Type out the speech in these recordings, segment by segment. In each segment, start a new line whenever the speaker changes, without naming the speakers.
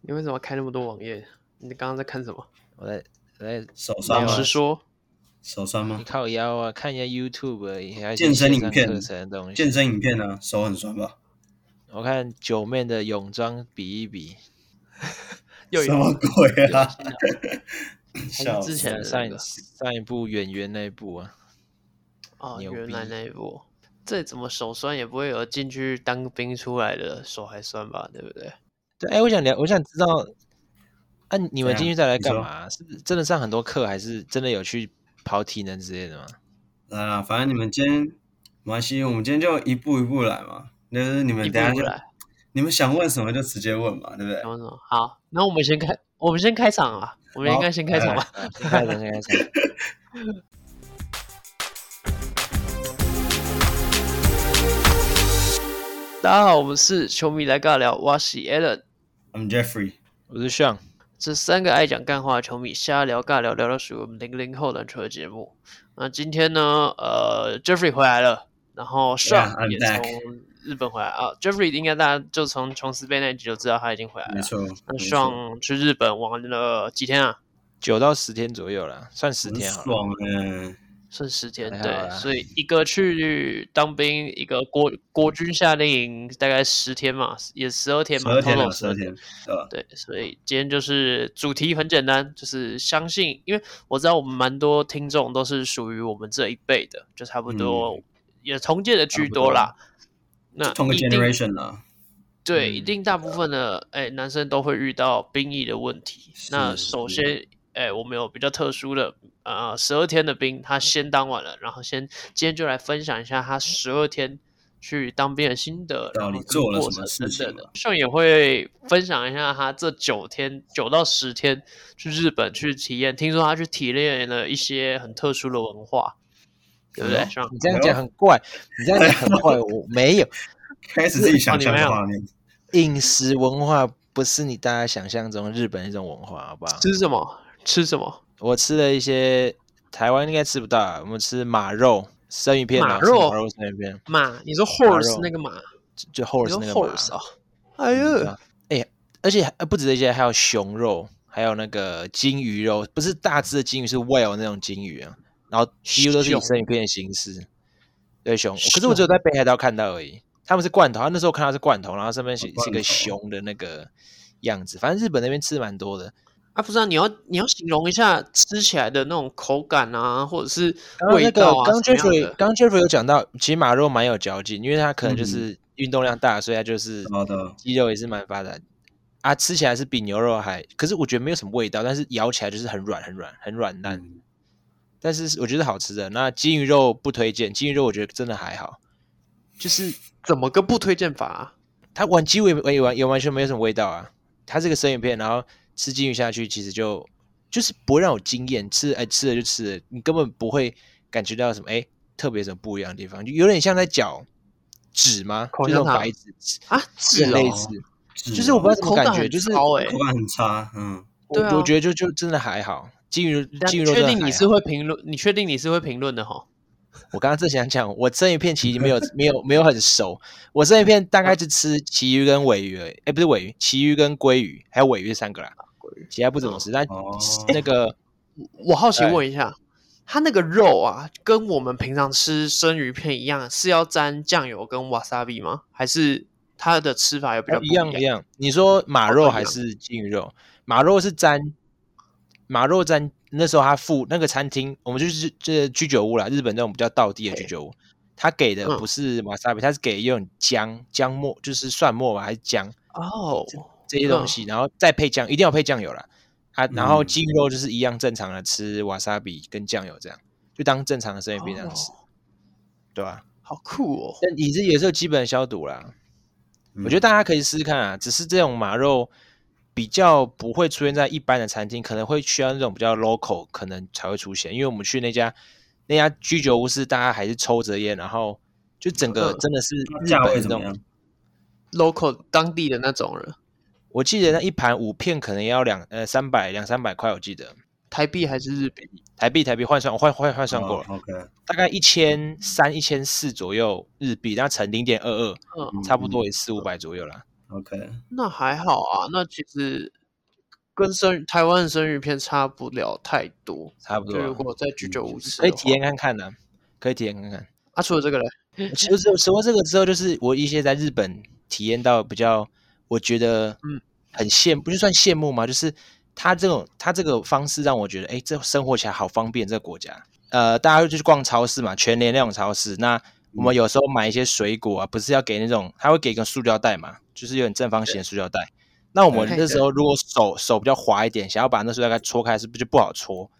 你为什么开那么多网页？你刚刚在看什么？
我在我在
手酸
老
吗？
实说，
手酸吗
你？靠腰啊，看一下 YouTube 而已，还有一些
健身
线
影
上
片
课程的东西。
健身影片呢、手很酸吧？
我看九妹的泳装比一比，
又一
什么鬼啊？ 笑
还是之
死
前的
上
那
一
个
上一部演员那一部啊，
哦，
牛
原来
逼
那一波，这怎么手酸也不会有进去当兵出来的手还酸吧？对不对？
对，哎，我想聊，我想知道，啊，你们
怎样
进去再来
你
干
说
嘛？是不是真的上很多课，还是真的有去跑体能之类 的吗？
来啦，反正你们今天没关系，我们今天就一步一步来嘛。就是你
一
们
步
嗯等下
一步
就
来，嗯
你们想问什么就直接问嘛，对不对
然？后什么？好，那我们先开，我们先开场啊，我们应
好哎
该先开场吧。
先开始，先开始。
大家好，我们是球迷来尬聊，我是 Allen，
I'm Jeffrey，
我是 Sean，
这三个爱讲干话的球迷瞎聊尬聊，聊聊属于我们零零后篮球的节目。那今天呢，呃，Jeffrey 回来了，然后
Yeah,
Sean
I'm
也
back.
从日本回来啊。Jeffrey 应该大家就从琼斯杯那集就知道他已经回来
没
了。
错，
那
没错，
Sean 去日本玩了几天啊？
九到十天左右啦，算十
很
天啊好了。
爽哎、
剩十天
还，好
啊
对，
啦
所以一个去当兵，一个国国军夏令营，大概十天嘛，也十二天
十
嘛，
二天了，
total
十二天，对吧？
对，所以今天就是主题很简单，就是相信，因为我知道我们蛮多听众都是属于我们这一辈的，就差不多、
嗯
也同届的居多啦。那
同个
一定
generation 啦，
对，
嗯
一定大部分的哎、男生都会遇到兵役的问题。那
是
首
是
先，哎、我们有比较特殊的呃十二天的兵，他先当完了，然后先今天就来分享一下他十二天去当兵的心得，
到
然
底
后跟
做了
过
什么
程等
事情
等的
嘛。
上也会分享一下他这九天九到十天去日本去体验，听说他去体验了一些很特殊的文化，对不对？
哎呦
上
你这样讲很怪，你这样讲很怪，我没有
开始自己想
哦你
象
没
的
有
画面，
饮食文化不是你大家想象中日本那种文化，好不好？
吃什么？吃什么？
我吃了一些台湾应该吃不到啊，我们吃马肉生鱼片啊，
马
是
肉
马肉生鱼片，
马？你说
肉
horse 那个马？
就就
你
horse
说
那个马
horse 哦？哎
你
呦
知！道哎、而且还呃不止这些，还有熊肉，还有那个金鱼肉，不是大只的金鱼，是 whale 那种金鱼啊。然后几乎都是以
熊
生鱼片的形式。对熊，可是我只有在北海道看到而已。他们是罐头，他那时候看到是罐头，然后上面是
哦罐
是一个
头
熊的那个样子。反正日本那边吃蛮多的，
啊，不是啊，你要你要形容一下吃起来的那种口感啊，或者是
然后
味
那个
道啊，
刚
什么样
Jeffrey
的？
刚 Jeffrey 有讲到，其实马肉蛮有嚼劲，因为它可
嗯
能就是运动量大，所以它就是
哦
好的，
肌肉也是蛮发达啊，吃起来是比牛肉还，可是我觉得没有什么味道，但是咬起来就是很软很软很软烂，
嗯
但是我觉得是好吃的。那金鱼肉不推荐，金鱼肉我觉得真的还好，就是
怎么个不推荐法、啊？
它完几乎也也完也完全没有什么味道啊，它是个生鱼片，然后吃金鱼下去其实就就是不会让我惊艳，吃哎吃了就吃了，你根本不会感觉到什么哎特别什么不一样的地方，就有点像在嚼纸吗？
口
就那
香
种
糖
白纸，
啊，
有
纸
点
哦，
类似，就是
是
我不知道
口
怎么
感
感觉，
很
就是
糟欸
口感很差，嗯，
我
对啊
我觉得就就真的还好，金鱼
但
金鱼肉
确
真的
定你
还
是
好
会评论？你确定你是会评论的哈？
我刚刚正想讲，我生鱼片其实没有没有没有很熟，我生鱼片大概就吃旗鱼跟尾鱼而已，哎、不是尾鱼，旗鱼跟鲑鱼还有尾鱼这三个
啊
啦，其他不怎么吃。但
哦
那个
我好奇
哎
问一下，它那个肉啊，跟我们平常吃生鱼片一样，是要沾酱油跟 wasabi 吗？还是它的吃法有 比较不
哦一
样？
样一样，你说马
哦一
肉
样
还是金鱼肉？马肉是沾马肉沾，那时候他付那个餐厅，我们就是这居酒屋啦，日本那种比较道地的居酒屋，他给的
嗯
不是瓦萨比，他是给用姜姜末，就是蒜末吧，还是姜？
哦，
这些东西，然后再配酱，一定要配酱油啦。啊，然
嗯
后鸡肉就是一样正常的吃瓦萨比跟酱油这样，就当正常的生鱼片这样吃，
哦
对吧、
好酷哦！
但饮食也是有基本的消毒啦，
嗯
我觉得大家可以试试看啊。只是这种马肉比较不会出现在一般的餐厅，可能会需要那种比较 local 可能才会出现，因为我们去那家那家居酒屋是大家还是抽着烟，然后就整个
嗯
真的是
那
日
价
本
位
这
怎么
种
样？
local 当地的那种人，
我记得那一盘五片可能要两呃三百两三百块，我记得
台币还是日币？
台币台币换算，我换换换算过了，
哦，OK，
大概一千三一千四左右日币，那乘零点二二，
嗯，
差不多也四五百左右啦。
嗯，OK，
那还好啊，那其实跟生台湾的生鱼片差不了太多。
差不
就
多啊
如果在居酒屋吃，
可以体验。看看呢、可以体验看看。
啊，除了这个嘞，
其实除除了这个之后，就是我一些在日本体验到比较，我觉得
嗯
很羡慕，不就算羡慕嘛，就是他这种他这个方式让我觉得，哎，这生活起来好方便，这个国家。呃，大家就去逛超市嘛，全年那种超市。
嗯
那我们有时候买一些水果啊，不是要给那种，他会给一个塑料袋嘛，就是有点正方形的塑料袋。那我们
对
那时候如果手手比较滑一点，想要把那塑料袋戳开，是不是就不好戳？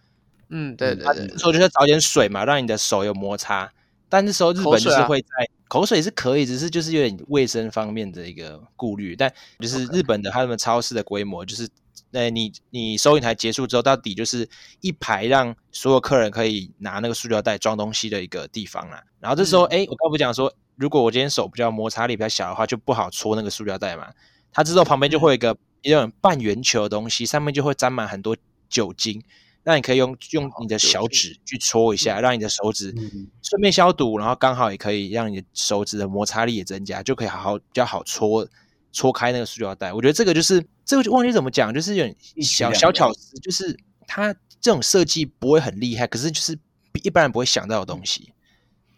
嗯，对对
啊
对，
所以我就是找点水嘛，让你的手有摩擦。但那时候日
口
本就
水
是
啊
会在口水,、是可以，只是就是有点卫生方面的一个顾虑。但就是日本的他们超市的规模，就是呃，你你收银台结束之后，到底就是一排让所有客人可以拿那个塑料袋装东西的一个地方啦。然后这时候，
嗯
哎、我刚不讲说，如果我今天手比较摩擦力比较小的话，就不好戳那个塑料袋嘛。它之后旁
嗯
边就会有一个一种半圆球的东西，上面就会沾满很多酒精，那你可以用用你的
哦酒
小
精
指去搓一下，让你的手指
嗯
顺便消毒，然后刚好也可以让你的手指的摩擦力也增加，就可以好好比较好搓搓开那个塑料袋。我觉得这个就是这个就忘记怎么讲，就是有点
一举
小
两
小
得
巧思，就是它这种设计不会很厉害，可是就是比一般人不会想到的东西，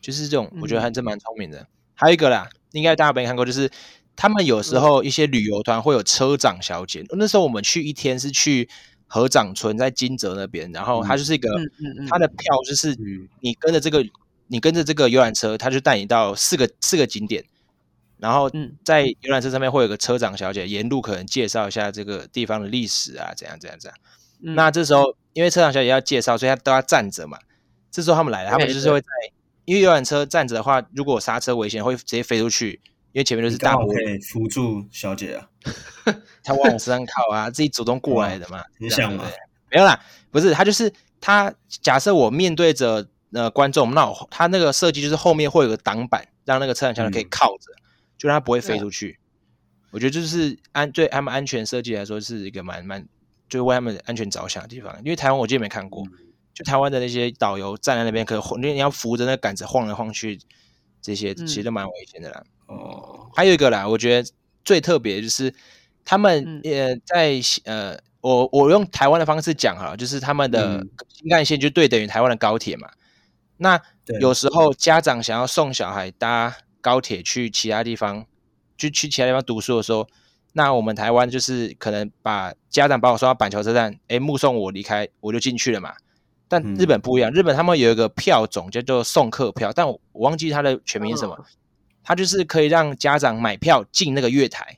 就是这种我觉得还
嗯
真蛮聪明的。还有一个啦，应该大家没看过，就是他们有
嗯
时候一些旅游团会有车长小姐。那时候我们去一天是去河长村，在金泽那边，然后它就是一个、
嗯嗯嗯，
它的票就是
嗯
你跟着这个你跟着这个游览车，它就带你到四个四个景点，然后
嗯
在游览车上面会有个车长小姐，沿路可能介绍一下这个地方的历史啊，怎样怎样怎样。
嗯
那这时候因为车长小姐要介绍，所以她都要站着嘛。这时候他们来了，他们
对
就是
对
会在，因为游览车站着的话，如果刹车危险会直接飞出去，因为前面就是
你
大
刚好
波，
可以扶住小姐啊，
他往我身上靠啊，自己主动过来的嘛，
你
这样
想
对不
嘛
对？没有啦，不是，他就是他。假设我面对着呃观众，那我他那个设计就是后面会有个挡板，让那个车辆小姐可以
嗯
靠着，就让它不会飞
对啊
出去。我觉得这是安对他们安全设计来说是一个蛮蛮，就是为他们安全着想的地方。因为台湾我记得没看过，
嗯
就台湾的那些导游站在那边，可能你要扶着那个杆子晃来晃去，这些其实
嗯
都蛮危险的啦。
哦，
还有一个啦，我觉得最特别的就是他们呃在呃，我我用台湾的方式讲好了，就是他们的
嗯
新干线就对等于台湾的高铁嘛。那
对
有时候家长想要送小孩搭高铁去其他地方，去去其他地方读书的时候，那我们台湾就是可能把家长把我送到板桥车站，诶，目送我离开，我就进去了嘛。但
嗯
日本不一样，日本他们有一个票种叫做送客票，但我我忘记它的全名是什
嗯
么。它就是可以让家长买票进那个月台，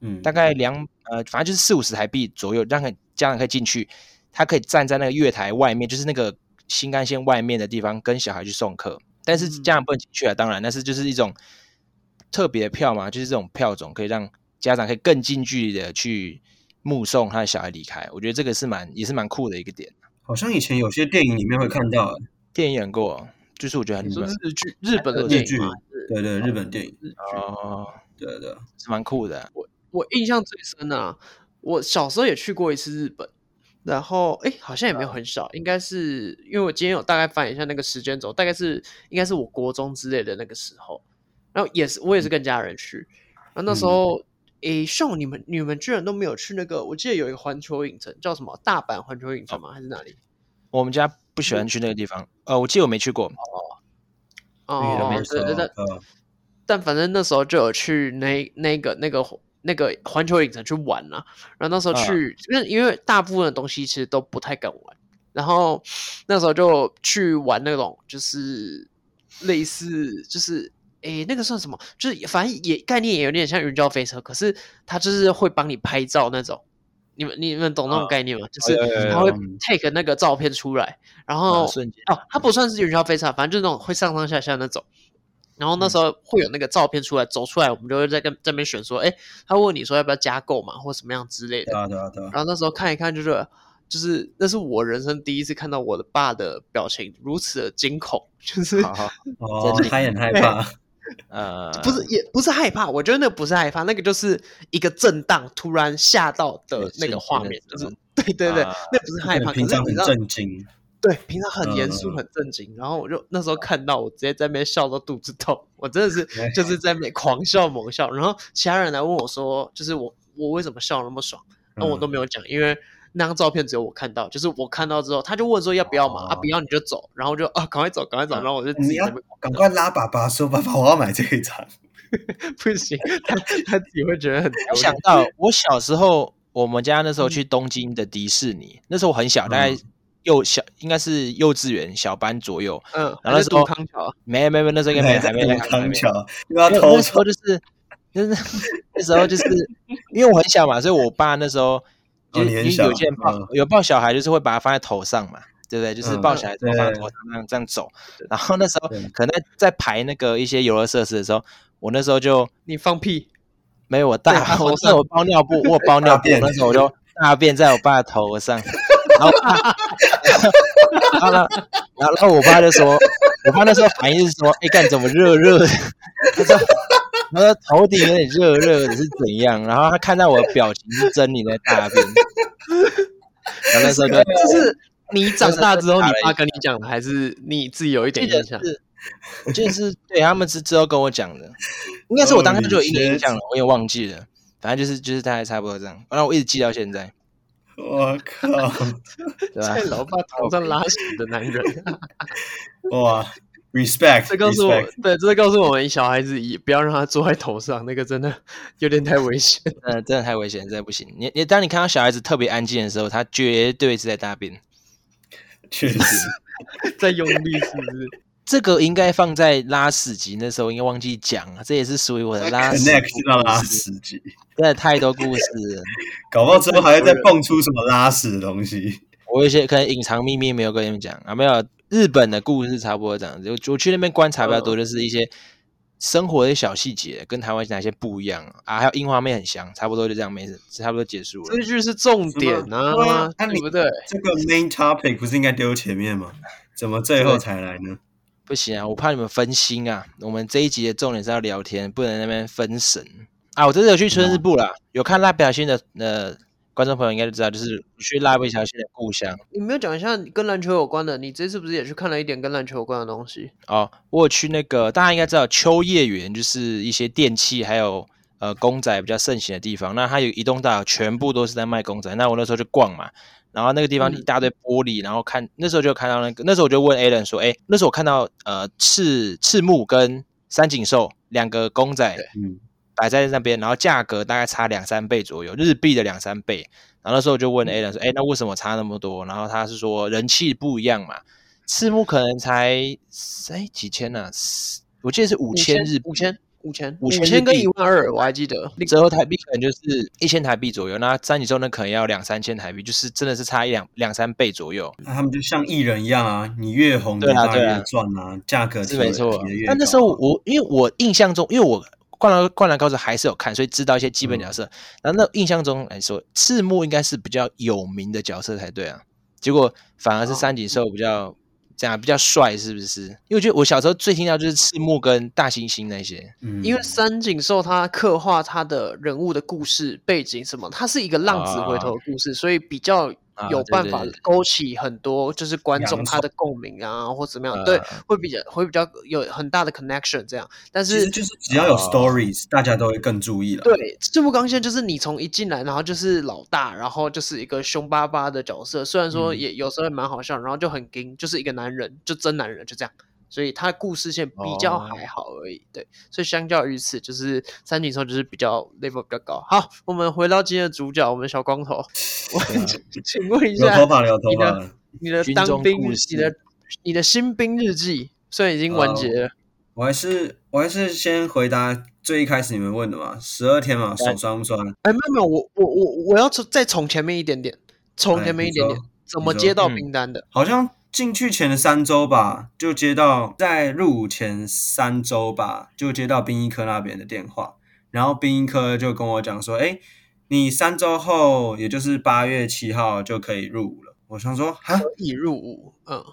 嗯，
大概两呃，反正就是四五十台币左右，让家长可以进去。他可以站在那个月台外面，就是那个新干线外面的地方，跟小孩去送客。但是
嗯
家长不能进去啊，当然，但是就是一种特别的票嘛，就是这种票种可以让家长可以更近距离的去目送他的小孩离开。我觉得这个是蛮也是蛮酷的一个点。
好像以前有些电影里面会看到，啊
电影演过，就是我觉得很
你
日
说
本
日剧，日本的
嗯日
电
剧
影吗？是
对对，日本电影，
哦，
对对，
是蛮酷的啊、
我印象最深啊，我小时候也去过一次日本，然后哎，诶好像也没有
嗯
很少，应该是因为我今天有大概翻一下那个时间轴，大概是应该是我国中之类的那个时候，然后也是我也
嗯
是跟家人去，然后那时候诶，像你们你们居然都没有去那个，我记得有一个环球影城叫什么大阪环球
哦
影城吗？还是哪里？
我们家不喜
嗯
欢去那个地方，呃，我记得我没去过，
那个
哦
没，
对
错
对对，
对
但反正那时候就有去那那个那个那个环球影城去玩啦、然后那时
嗯
候去，因为、因为大部分的东西其实都不太敢玩，然后那时候就去玩那种就是类似就是。诶，那个算什么？就是反正也概念也有点像云霄飞车，可是它就是会帮你拍照那种。你们你们懂那种
啊
概念吗？就是
有有有嗯
它会
有
take 那个照片出来，然
啊
后
瞬间
哦，它不算是云霄飞车啊，反正就是那种会上上下下那种。然后那时候会有那个照片出来，走出来，我们就会在跟这边选说，哎，他问你说要不要加购嘛，或什么样之类的。
啊对啊对啊，
然后那时候看一看，就是就是那是我人生第一次看到我的爸的表情如此的惊恐，就是
好好，
哦
在这里，
他也很害怕，
呃，
不是也不是害怕，我觉得那不是害怕，那个就是一个震荡突然吓到的那个画面，就是对对对，
啊
那不是害
可能
怕，可
平
是
常
你
很
知道
震惊，
对，平常很严肃、
嗯
很正经，然后我就那时候看到，我直接在那边笑到肚子痛，我真的 是就是在那边狂笑猛笑。然后其他人来问我说，就是我我为什么笑那么爽？那我都没有讲，因为那张照片只有我看到，就是我看到之后，他就问说要不要嘛，
哦
啊不要你就走，然后就啊赶快走，赶快走，
嗯
然后我就自
你
己在
要
那边
赶快拉爸爸说：“爸爸，我要买这一张。
不行， 他他自己会觉得很
我
丢
想
脸。
到我小时候，我们家那时候去东京的迪士尼，那时候我很小，大概
嗯
幼小应该是幼稚园小班左右。
嗯，
然后那时
是
候
杜康桥，
没没没，那时”候应该没
还
还
在
没来
杜康桥，
因
又要
为
偷
那时
走。
候就是，就是那时候就是因为我很小嘛，所以我爸那时候就
哦
是
你很
因为
小
有些人抱
嗯
有抱小孩，就是会把他放在头上嘛，对不对？就是
嗯
抱小孩之后放在头
对
上这样这样走。然后那时候
对
可能在在排那个一些游乐设施的时候，我那时候就
你放屁，
没有我
在
大
他头
我
上
是我包尿布，我有包尿
大
布，
便
那时候我就大便在我爸的头上，然后我爸然后呢，然后然后我爸就说，我爸那时候反应是说，哎、干怎么热热的？他说。他说头顶有点热热的，是怎样？然后他看到我的表情是狰狞的大便， 然后那时候就
这是你长大之后
那
你
时候
爸跟你讲的，还是你自己有一点
记得
印象？
是，我记得是对他们是之后跟我讲的，应该是我当时就有一点印象了，我也忘记了，反正就是就是大概差不多这样，然后我一直记到现在，
我靠！
对吧
在？老爸头上拉屎的男 人，
哇，respect！
这告诉我
respect，
对，这告诉我们小孩子也不要让他坐在头上，那个真的有点太危险。
嗯，真的太危险，真的不行。你你当你看到小孩子特别安静的时候，他绝对是在大便。
确实，
在用力是不是？
这个应该放在拉屎集那时候，应该忘记讲了，这也是属于我的拉 屎
connect 到拉
故事，
屎机，
真的太多故事了。
搞不好之后还会再蹦出什么拉屎的东西。
我有一些可能隐藏秘密没有跟你们讲啊，没有。日本的故事差不多这样子，我我去那边观察比较多，就是一些生活的小细节跟台湾哪些不一样啊，还有樱花妹很香，差不多就这样，没事，差不多结束
这
了。
句是重点
什么对啊
啊，
那你
对不对？
这个 main topic 不是应该丢前面吗？怎么最后才来呢？
不行啊，我怕你们分心啊。我们这一集的重点是要聊天，不能在那边分神啊。我这次有去春日部啦，有看蜡笔小新的呃观众朋友应该就知道，就是我去蜡笔小新的故乡
你没有讲一下跟篮球有关的？你这次不是也去看了一点跟篮球有关的东西？
哦，我有去那个大家应该知道秋叶原，就是一些电器还有呃公仔比较盛行的地方。那它有一栋大楼全部都是在卖公仔。那我那时候就逛嘛，然后那个地方
嗯
一大堆玻璃，然后看那时候就看到那个，那时候我就问 Alan 说，哎，那时候我看到呃赤赤木跟三井寿两个公仔
对
嗯，
摆在那边，然后价格大概差两三倍左右，日币的两三倍。然后那时候我就问 Alan 说：“哎，那为什么差那么多？”然后他是说人气不一样嘛，赤木可能才哎几千呢、啊，四我记得是五千日币
五，千五千
五
五
千
千
日
跟
币
一万二，我还记得。
折合台币可能就是一千台币左右。那三井寿呢可能要两三千台币，就是真的是差一两两三倍左右。
那啊他们就像艺人一样啊，你越红，你
对啊
当然
对啊
越赚啊，价格
是
提
没错啊
提得越。啊
但那时候我因为我印象中，因为我《灌篮灌篮高手》还是有看，所以知道一些基
嗯
本角色。然后那印象中来说，赤木应该是比较有名的角色才对啊。结果反而是
哦
三井寿比较这样比较帅，是不是？因为我觉得我小时候最听到就是赤木跟大猩猩那些。
嗯
因为三井寿他刻画他的人物的故事背景什么，他是一个浪子回头的故事，所以比较
啊
有
对
办
对
法
对
勾起很多就是观众
洋
他的共鸣啊，或怎么样，
啊
对，会比较会比较有很大的 connection 这样。但
其实
是
就是只要有
哦
stories，大家都会更注意了。
对，赤木刚宪就是你从一进来，然后就是老大，然后就是一个凶巴巴的角色，虽然说
嗯
也有时候也蛮好笑，然后就很硬，就是一个男人，就真男人，就这样。所以他的故事线比较
哦
还好而已，对。所以相较于此，就是三井寿就是比较 level 比较高。好，我们回到今天的主角，我们小光 头，我
啊
请问一
有头
下，
发了，有头发了。
你的
军
当
中
兵
故，
你
事哦
的你的新兵日记虽然已经完结了，
我还是我还是先回答最一开始你们问的嘛，十二天嘛，
对
手酸不酸？
哎，没有没有，我我我我要从再从前面一点点，从
哎
前面一
你
点
说
点，怎么
你
接
说
到
嗯
兵单的？
好像进去前的三周吧，就接到在入伍前三周吧，就接到兵医科那边的电话，然后兵医科就跟我讲说，哎，你三周后，也就是八月七号就可以入伍了。我想说，哈，
已入伍，嗯，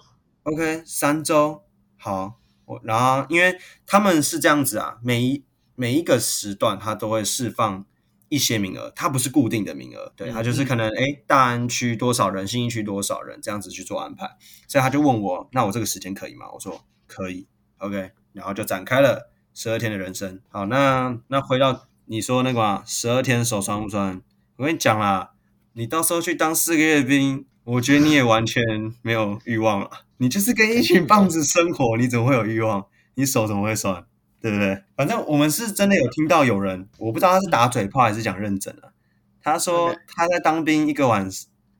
OK，三周好，我然后因为他们是这样子啊，每一每一个时段它都会释放一些名额，它不是固定的名额，对，
嗯
它就是可能诶大安区多少人，新一区多少人这样子去做安排，所以他就问我，那我这个时间可以吗？我说可以，OK，然后就展开了十二天的人生。好，那那回到你说那个嘛，十二天手酸不酸？我跟你讲啦，你到时候去当四个月兵，我觉得你也完全没有欲望了。你就是跟一群棒子生活，你怎么会有欲望？你手怎么会酸？对不对？反正我们是真的有听到有人，我不知道他是打嘴炮还是讲认真啊。他说
OK
他在当兵一个晚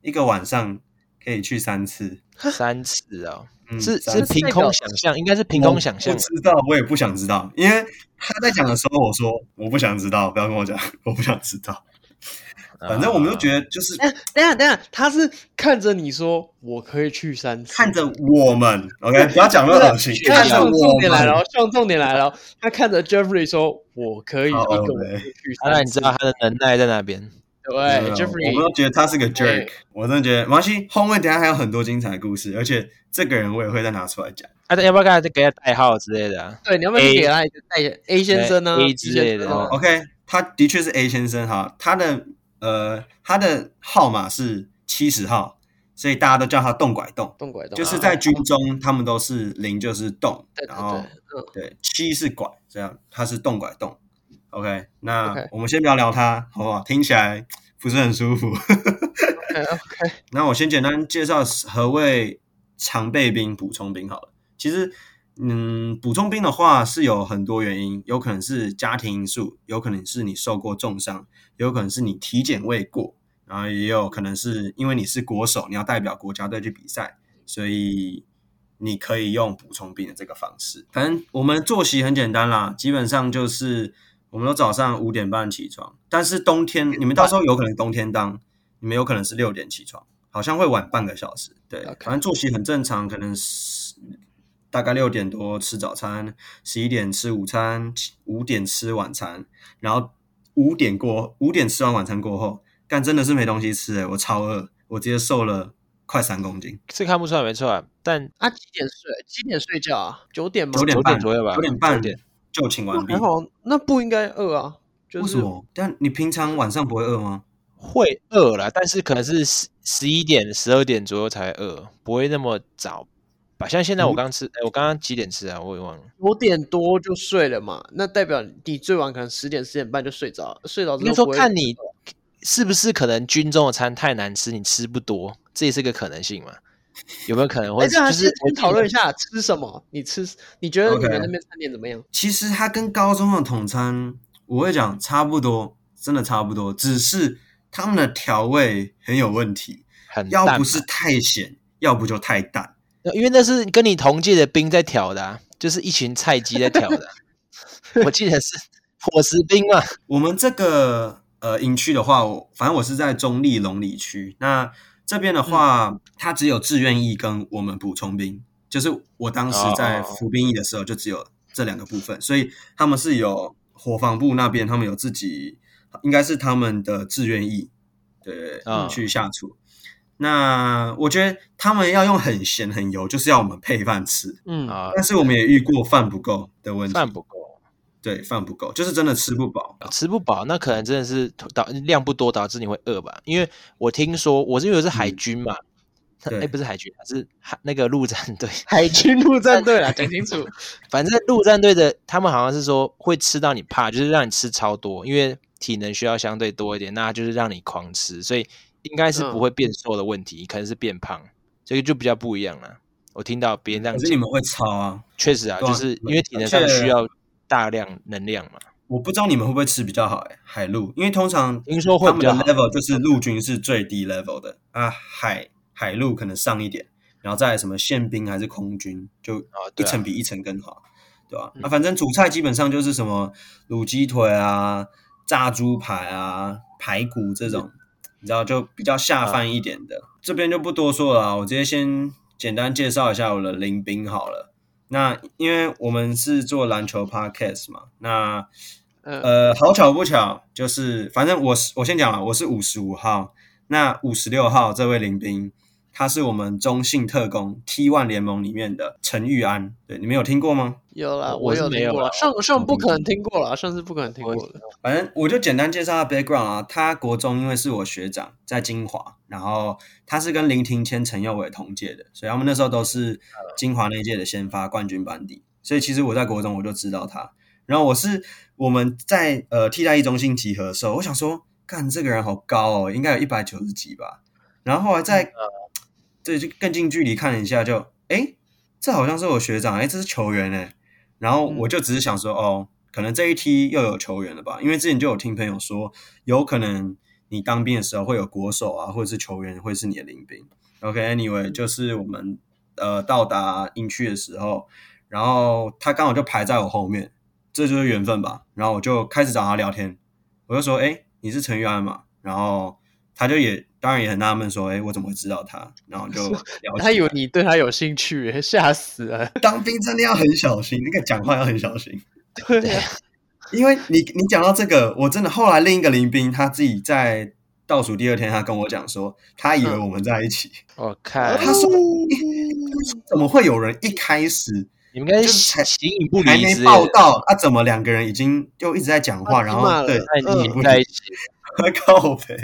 一个晚上可以去三次，
三次哦，
啊嗯，
是
三
是
次
凭空想象，应该是凭空想象
我不。知道，我也不想知道，因为他在讲的时候，我说我不想知道，不要跟我讲，我不想知道。
啊
啊
反正我们就觉
得
得，就是
哎，等一下等一下，他是看着你说我可以去三次，
看着我 们，OK，不要讲那么恶心，
看
看着
上重
我们
点来了哦，上重点来了哦。他看着 Jeffrey 说：“我可以一
好
个
嘞
人去
当
三
然你
次。
知道他的能耐在哪边。
对
没有嗯我们
，Jeffrey
都觉得他是个 jerk，
对
我真的觉得，没关系，后面等一下还有很多精彩的故事，而且这个人我也会再拿出来讲。
啊，要不要给他给他代号之类的啊？
对，你要不要
A
给他一个代言 A 先生呢
对 A
B
之
先
类
生
的
呢
哦
OK，他的确是 A 先生哈，他的呃他的号码是七十号，所以大家都叫他动拐动，
动拐动，啊
就是在哦军中他们都是零就是动
对，对
然后
对，嗯
对七是拐，这样他是动拐动。OK，那
OK
我们先聊聊他好不好？听起来不是很舒服。
，OK OK，
那我先简单介绍何谓常备兵、补充兵好了。其实，嗯，补充兵的话是有很多原因，有可能是家庭因素，有可能是你受过重伤，有可能是你体检未过，然后也有可能是因为你是国手，你要代表国家队去比赛，所以你可以用补充兵的这个方式。反正我们作息很简单啦，基本上就是我们都早上五点半起床，但是冬天你们到时候有可能冬天当，你们有可能是六点起床，好像会晚半个小时。对
OK
反正作息很正常，可能是大概六点多吃早餐，十一点吃午餐，五点吃晚餐，然后五点过五点吃完晚餐过后，干真的是没东西吃诶、欸我超饿，我直接瘦了快三公斤，
是看不出来，没错啊。但
啊，几点睡？几点睡觉啊？九点吗？
九点
九
半
点左右吧，
九点半
九点
就寝完毕
还。好，那不应该饿啊。就
为
是
什么？但你平常晚上不会饿吗？
会饿啦，但是可能是十十一点、十二点左右才饿，不会那么早吧？像现在
嗯
我刚吃，哎、我刚刚几点吃啊？我也忘了，
九点多就睡了嘛，那代表你最晚可能十点十点半就睡着了，睡着
应
之
该
后
说
不会
看你是不是可能军中的餐太难吃，你吃不多，这也是个可能性嘛？有没有可能
哎，
会
对啊，
就
先
是
先讨论一下吃什么？你吃，你觉得你
OK
们那边餐点怎么样？
其实它跟高中的统餐，我会讲差不多，真的差不多，只是他们的调味很有问题，
很淡啊
要
嘛
不是太咸，要不就太淡。
因为那是跟你同届的兵在挑的、啊，就是一群菜鸡在 挑的啊、我记得是伙食兵嘛，
我们这个呃营区的话，我反正我是在中立龙里区。那这边的话，
嗯
它只有志愿役跟我们补充兵，就是我当时在
哦
服兵役的时候，就只有这两个部分，所以他们是有火防部那边，他们有自己，应该是他们的志愿役，对，
嗯
去下厨。那我觉得他们要用很咸很油，就是要我们配饭吃。
嗯
啊、
但是我们也遇过饭不够的问题，
饭不够，
对饭不够，就是真的吃不饱。
吃不饱，那可能真的是导量不多导致你会饿吧？因为我听说我是因为我是海军嘛，哎、
嗯对
不是海军，是海那个陆战队，
海军陆战队啦，啊讲清楚。
反正陆战队的他们好像是说会吃到你怕，就是让你吃超多，因为体能需要相对多一点，那就是让你狂吃，所以应该是不会变瘦的问题，可能是变胖，这个就比较不一样了。我听到别人这样
可
讲
是你，们会超啊，
确实啊，
对啊
就是因为体能上
而且
需要大量能量嘛。
我不知道你们会不会吃比较好哎、海陆，因为通常
听说会
他
比
们
较
的
好，
level 就是陆军是最低 level 的啊，海海陆可能上一点，然后再来什么宪兵还是空军，就
啊
一
对啊嗯
层比一层更好，对吧、啊，反正主菜基本上就是什么卤鸡腿啊、炸猪排啊、排骨这
嗯
种，你知道就比较
啊
下饭一点的。这边就不多说了啊，我直接先简单介绍一下我的林兵好了。那因为我们是做篮球 podcast 嘛，那
呃，
呃，好巧不巧，就是反正我是我先讲了，我是五十五号，那五十六号这位林兵，他是我们中信特工 T One 联盟里面的陈玉安，对，你们有听过吗？
有啦，
我
我
是
有
没
听
有
过
啦
啦，上上
我
不
没
可能听过啦，上次不可能听过的。
反正我就简单介绍他 background 啊，他国中因为是我学长，在金华，然后他是跟林庭谦、陈佑伟同届的，所以他们那时候都是金华那一届的先发冠军班底，所以其实我在国中我就知道他。然后我是我们在呃替代役中心集合的时候，我想说，干这个人好高哦，应该有一百九十几吧。然后后来再对就更近距离看了一下就，诶，这好像是我学长，诶，这是球员诶。然后
嗯
我就只是想说，哦，可能这一批又有球员了吧？因为之前就有听朋友说，有可能你当兵的时候会有国手啊，或者是球员会是你的领兵。OK，Anyway，、就是
嗯
我们呃到达营区的时候，然后他刚好就排在我后面，这就是缘分吧。然后我就开始找他聊天，我就说：“哎、你是陈玉安嘛？”然后他就也当然也很纳闷说：“哎、我怎么会知道他？” 然后就聊
他
起
以为
来
你对他有兴趣，吓死了。
当兵真的要很小心，那个讲话要很小心。
对 啊，
因为你你讲到这个，我真的后来另一个林兵他自己在倒数第二天，他跟我讲说，他
嗯
以为我们在一起，
我看
他说、怎么会有人一开始
你们应该
就是是才
形影不
还
离
没
之类
报
的，
道，啊，怎么两个人已经就一直在讲话，
啊
然
起码
后对
了
那
嗯
你们在一起
靠北，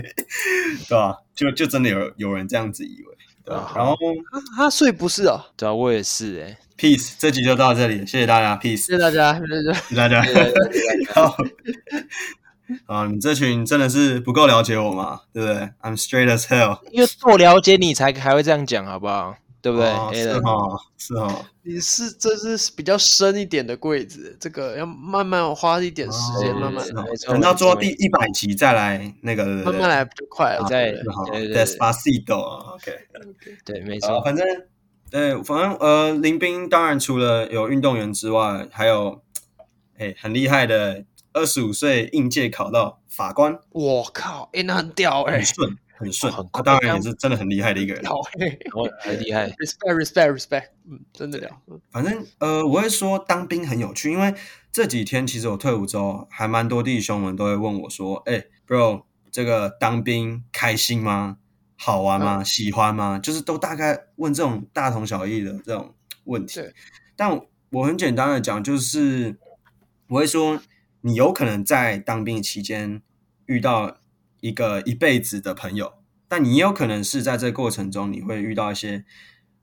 对吧、就就真的有有人这样子以为，对吧、
啊
然后
他他所以不是哦。
对啊，我也是哎，
peace 这集就到这里，谢谢大家，peace，
谢谢大家，谢谢大家
谢谢大家。 靠北啊，你们这群真的是不够了解我嘛，对不对？I'm straight as hell。
因为够了解你才还会这样讲，好不好？对不对
哦是
Alan
哦，是哦，
你是这是比较深一点的柜子，这个要慢慢花一点时间，
哦
慢慢
是
没
哦
错
等到做到
没
第一百集再来那个，对不
慢
对
慢来就快了
我。
对
在
不对
是好
对对对
，Despacito，OK，
对，没
啊，
错，
反正对，反正呃，林斌当然除了有运动员之外，还有哎很厉害的，二十五岁应届考到法官，
我靠，哎，那很屌哎
很，顺，很顺
哦很，
他
快
当然也是真的很厉害的一个人。啊
屌哎
我很厉害，
，respect，respect，respect，嗯，真的屌，嗯
反正呃，我会说当兵很有趣，因为这几天其实我退伍之后，还蛮多弟兄们都会问我说：“哎、b r o 这个当兵开心吗？好玩吗？喜欢吗？”就是都大概问这种大同小异的这种问题
对。
但我很简单的讲，就是我会说，你有可能在当兵期间遇到一个一辈子的朋友，但你也有可能是在这过程中，你会遇到一些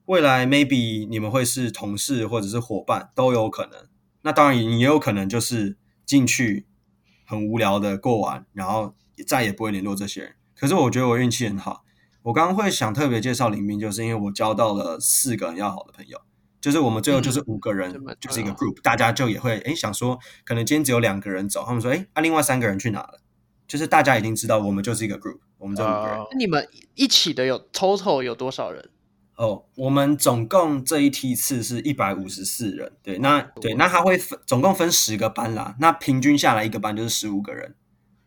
未来 maybe 你们会是同事或者是伙伴都有可能。那当然你也有可能就是进去很无聊的过完，然后再也不会联络这些人。可是我觉得我运气很好，我刚刚会想特别介绍林斌，就是因为我交到了四个很要好的朋友。就是我们最后就是五个人，
这么
就是一个
重
group，大家就也会诶想说，可能今天只有两个人走，他们说诶，啊另外三个人去哪了？就是大家已经知道我们就是一个 group，我们 这五个人，
哦
那你们一起的有 total 有多少人？
哦，我们总共这一梯次是一百五十四人，对，那对，那他会分总共分十个班啦，那平均下来一个班就是十五个人，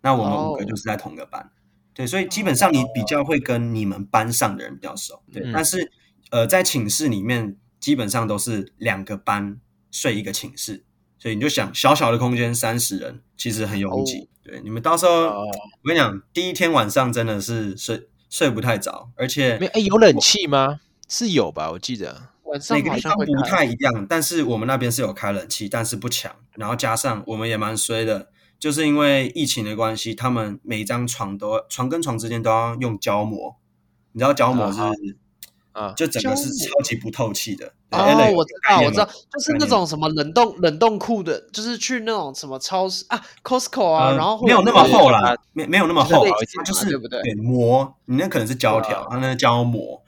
那我们五个
哦
就是在同个班，对，所以基本上你比较会跟你们班上的人比较熟，对，
嗯
但是呃，在寝室里面基本上都是两个班睡一个寝室，所以你就想小小的空间三十人其实很拥挤，
哦
对，你们到时候、
哦
我跟你讲，第一天晚上真的是睡睡不太着，而且
没有哎有冷气吗？是有吧？我记得
晚上
每个
好
地
像
方
会
不
开，
太一样，但是我们那边是有开冷气，但是不强。然后加上我们也蛮衰的，就是因为疫情的关系，他们每一张床都床跟床之间都要用胶膜，你知道胶膜是、
啊啊
就整个是
胶
超级不透气的。对
哦，
Alan
我
有
知
概
道，
念啊
我知道
吗，
就是那种什么冷冻冷冻库的，就是去那种什么超市啊，Costco 啊，
呃
然后会
没有那么
对
厚
它
啦，没没有那么厚
就是
啊
类，似
它就
嘛
是
对不对
膜，你那可能是胶条
对啊，
它那是胶膜。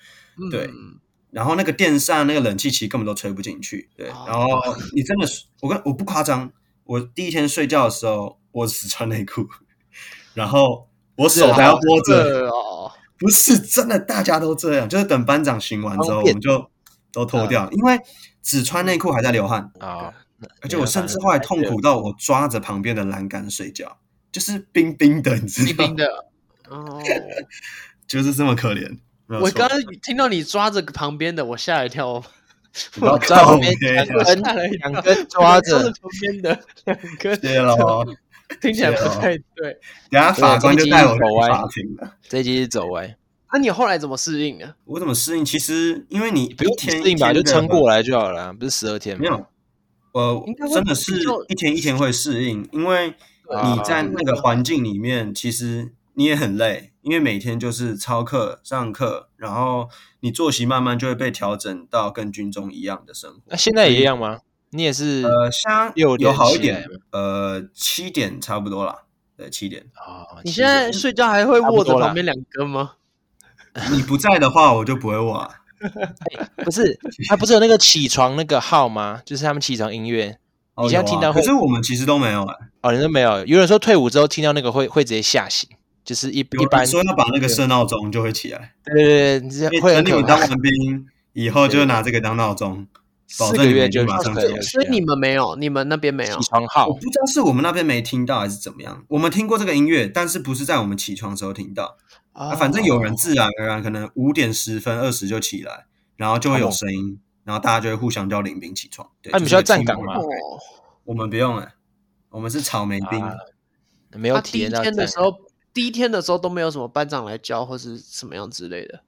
对
嗯
然后那个电扇、那个冷气其实根本都吹不进去。对，
哦
然后你真的是，我跟我不夸张，我第一天睡觉的时候，我只穿内裤， 然后啊我手还要摸着，
热哦，
不是真的，大家都这样，就是等班长巡完之后，
方
我
便
们就都脱掉，
嗯
因为只穿内裤还在流汗，
啊，
而且我甚至后来痛苦到我抓着旁边的栏杆睡觉，就是冰冰的，你知
冰
道，
冰的。哦，
就是这么可怜。没有
我
错
刚刚听到你抓着旁边的，我吓一跳， 我
不要
我在旁
靠
边
边
两
吓
根
了一
两
跳。
根抓 着，
旁边的两 个，
谢了哦，
听起来
啊
不太对。
等一下法官就带我去
对这一集走歪
法庭了。
这一集是走歪，
那你后来怎么适应啊的？
我怎么适应？其实因为你
不用
一天
适应吧，
一
就
天的
撑过来就好了啊，不是十二天
没
吗？
有，呃
应该，会
真的是
比较
一天一天会适应，因为
对啊
你在那个环境里面，其实你也很累，因为每天就是操课、上课，然后你作息慢慢就会被调整到跟军中一样的生活
那。现在也一样吗？你也是
呃，像
嗯六
有
点
好一
起来
点，呃，七点差不多啦。对，七 点。
哦，
你
其
现在
实
睡觉还会
差不
握着
多啦
旁边两根吗？
你不在的话，我就不会哇、啊。
不是，他不是有那个起床那个号吗？就是他们起床音乐
哦
你现在
有啊
听到会
可是我们其实都没有啊。
哦，你都没有。有人说退伍之后听到那个会会直接吓醒，就是一
有
一般
人说要把那个设闹钟就会起来，
对对对你这
因为
会很
等你
可
们当
怕。
完兵以后，就拿这个当闹钟，保
四
证
个
你
月
们
就
马上
可
就
以了，
所以你们没有，你们那边没有
起。床号
我不知道是我们那边没听到还是怎么样，我们听过这个音乐，但是不是在我们起床的时候听到。啊，
啊
反正有人自然而然可能五点十分、二十就起来，然后就会有声音，然后大家就会互相叫领兵起床。对，
那哦啊你们需
就是
要
一个
站
冲
岗
突
吗？
哦，
我们不用哎、我们是草莓兵。
啊没有
他第
体
一
验到
天的
站
时候，第一天的时候都没有什么班长来教或是什么样之类的。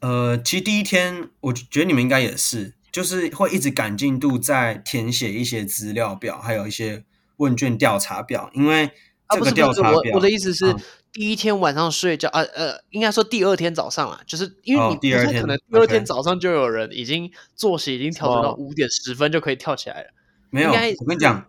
呃，其实第一天我觉得你们应该也是，就是会一直赶进度在填写一些资料表，还有一些问卷调查表，因为
啊，
这
不是
个
不
调
是，
查
我
表，
我的意思是
嗯，
第一天晚上睡觉，啊呃，应该说第二天早上啦，就是因为
哦
你不
第二
太
天
可能第二天
OK
早上就有人已经作息已经调整到
哦
五点十分就可以跳起来了。
没有，
应该
我跟你讲，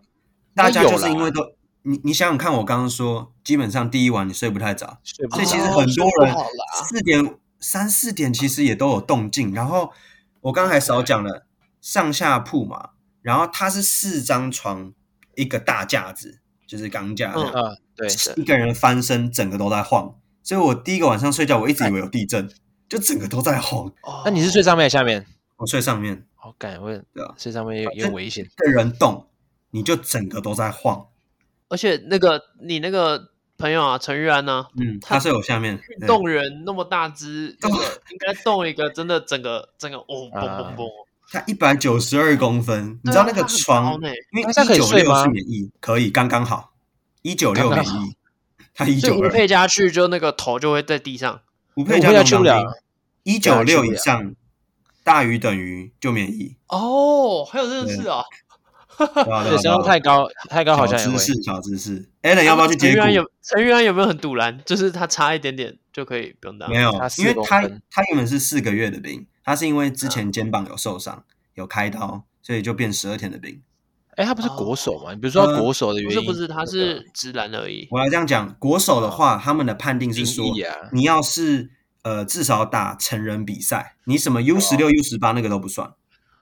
大家
有
就是因
啦
为都你你想想看，我刚刚说，基本上第一晚你睡不太着，
睡不
所以其实
哦
着，
很
睡
多
不
人
好啦
四点三四点其实也都有动静。然后我刚才少讲了上下铺嘛，然后它是四张床，一个大架子，就是钢架这样，
嗯，对，
一个人翻身，整个都在晃。所以我第一个晚上睡觉，我一直以为有地震，就整个都在晃。
哦
那你是睡上面还是下面？哦
我睡上面，
好感问
对啊，
睡上面有有点危险。
一个人动，你就整个都在晃。
而且那个你那个朋友啊，陈玉安呢、
嗯，
他
他睡我下面，
运
对
动员那么大 只，那个应该动一个真的整个整个哦嘣
啊
嘣嘣，
他一百九十二公分，你知道那个
对啊
床
他很高呢
因为
那
一
这样可以
九
睡
六
吗
是免疫，可以刚刚好，一九六
刚
免
刚
疫，他一
所以
九
吴
二，
佩嘉去就那个头就会在地上。
吴
吴
佩
佩嘉
嘉
去不了，
一
对
九
啊去不
六以
了
上大于等于就 免疫，
哦，还有这件事啊！
对吧？
对，
对啊
身高太高太高好像也
小知
会。
识，小知识。a l n 要不要去
陈
接
玉安
骨？
有陈玉安有没有很堵然？就是他差一点点就可以不用打
没。有
啊差，四
因为
公
他
分嗯
他原本是四个月的兵，他是因为之前肩膀有受伤，有开刀，所以就变十二天的兵。
哎，他不是国手吗？你不是说
呃
国手的
不
原
是
因？
不是，他是直男而已。
我来这样讲，国手的话，他们的判定是
定
说
义，哦啊，
你要是呃至少打成人比赛，你什么 U 十
哦
六、U 十八那个都不算。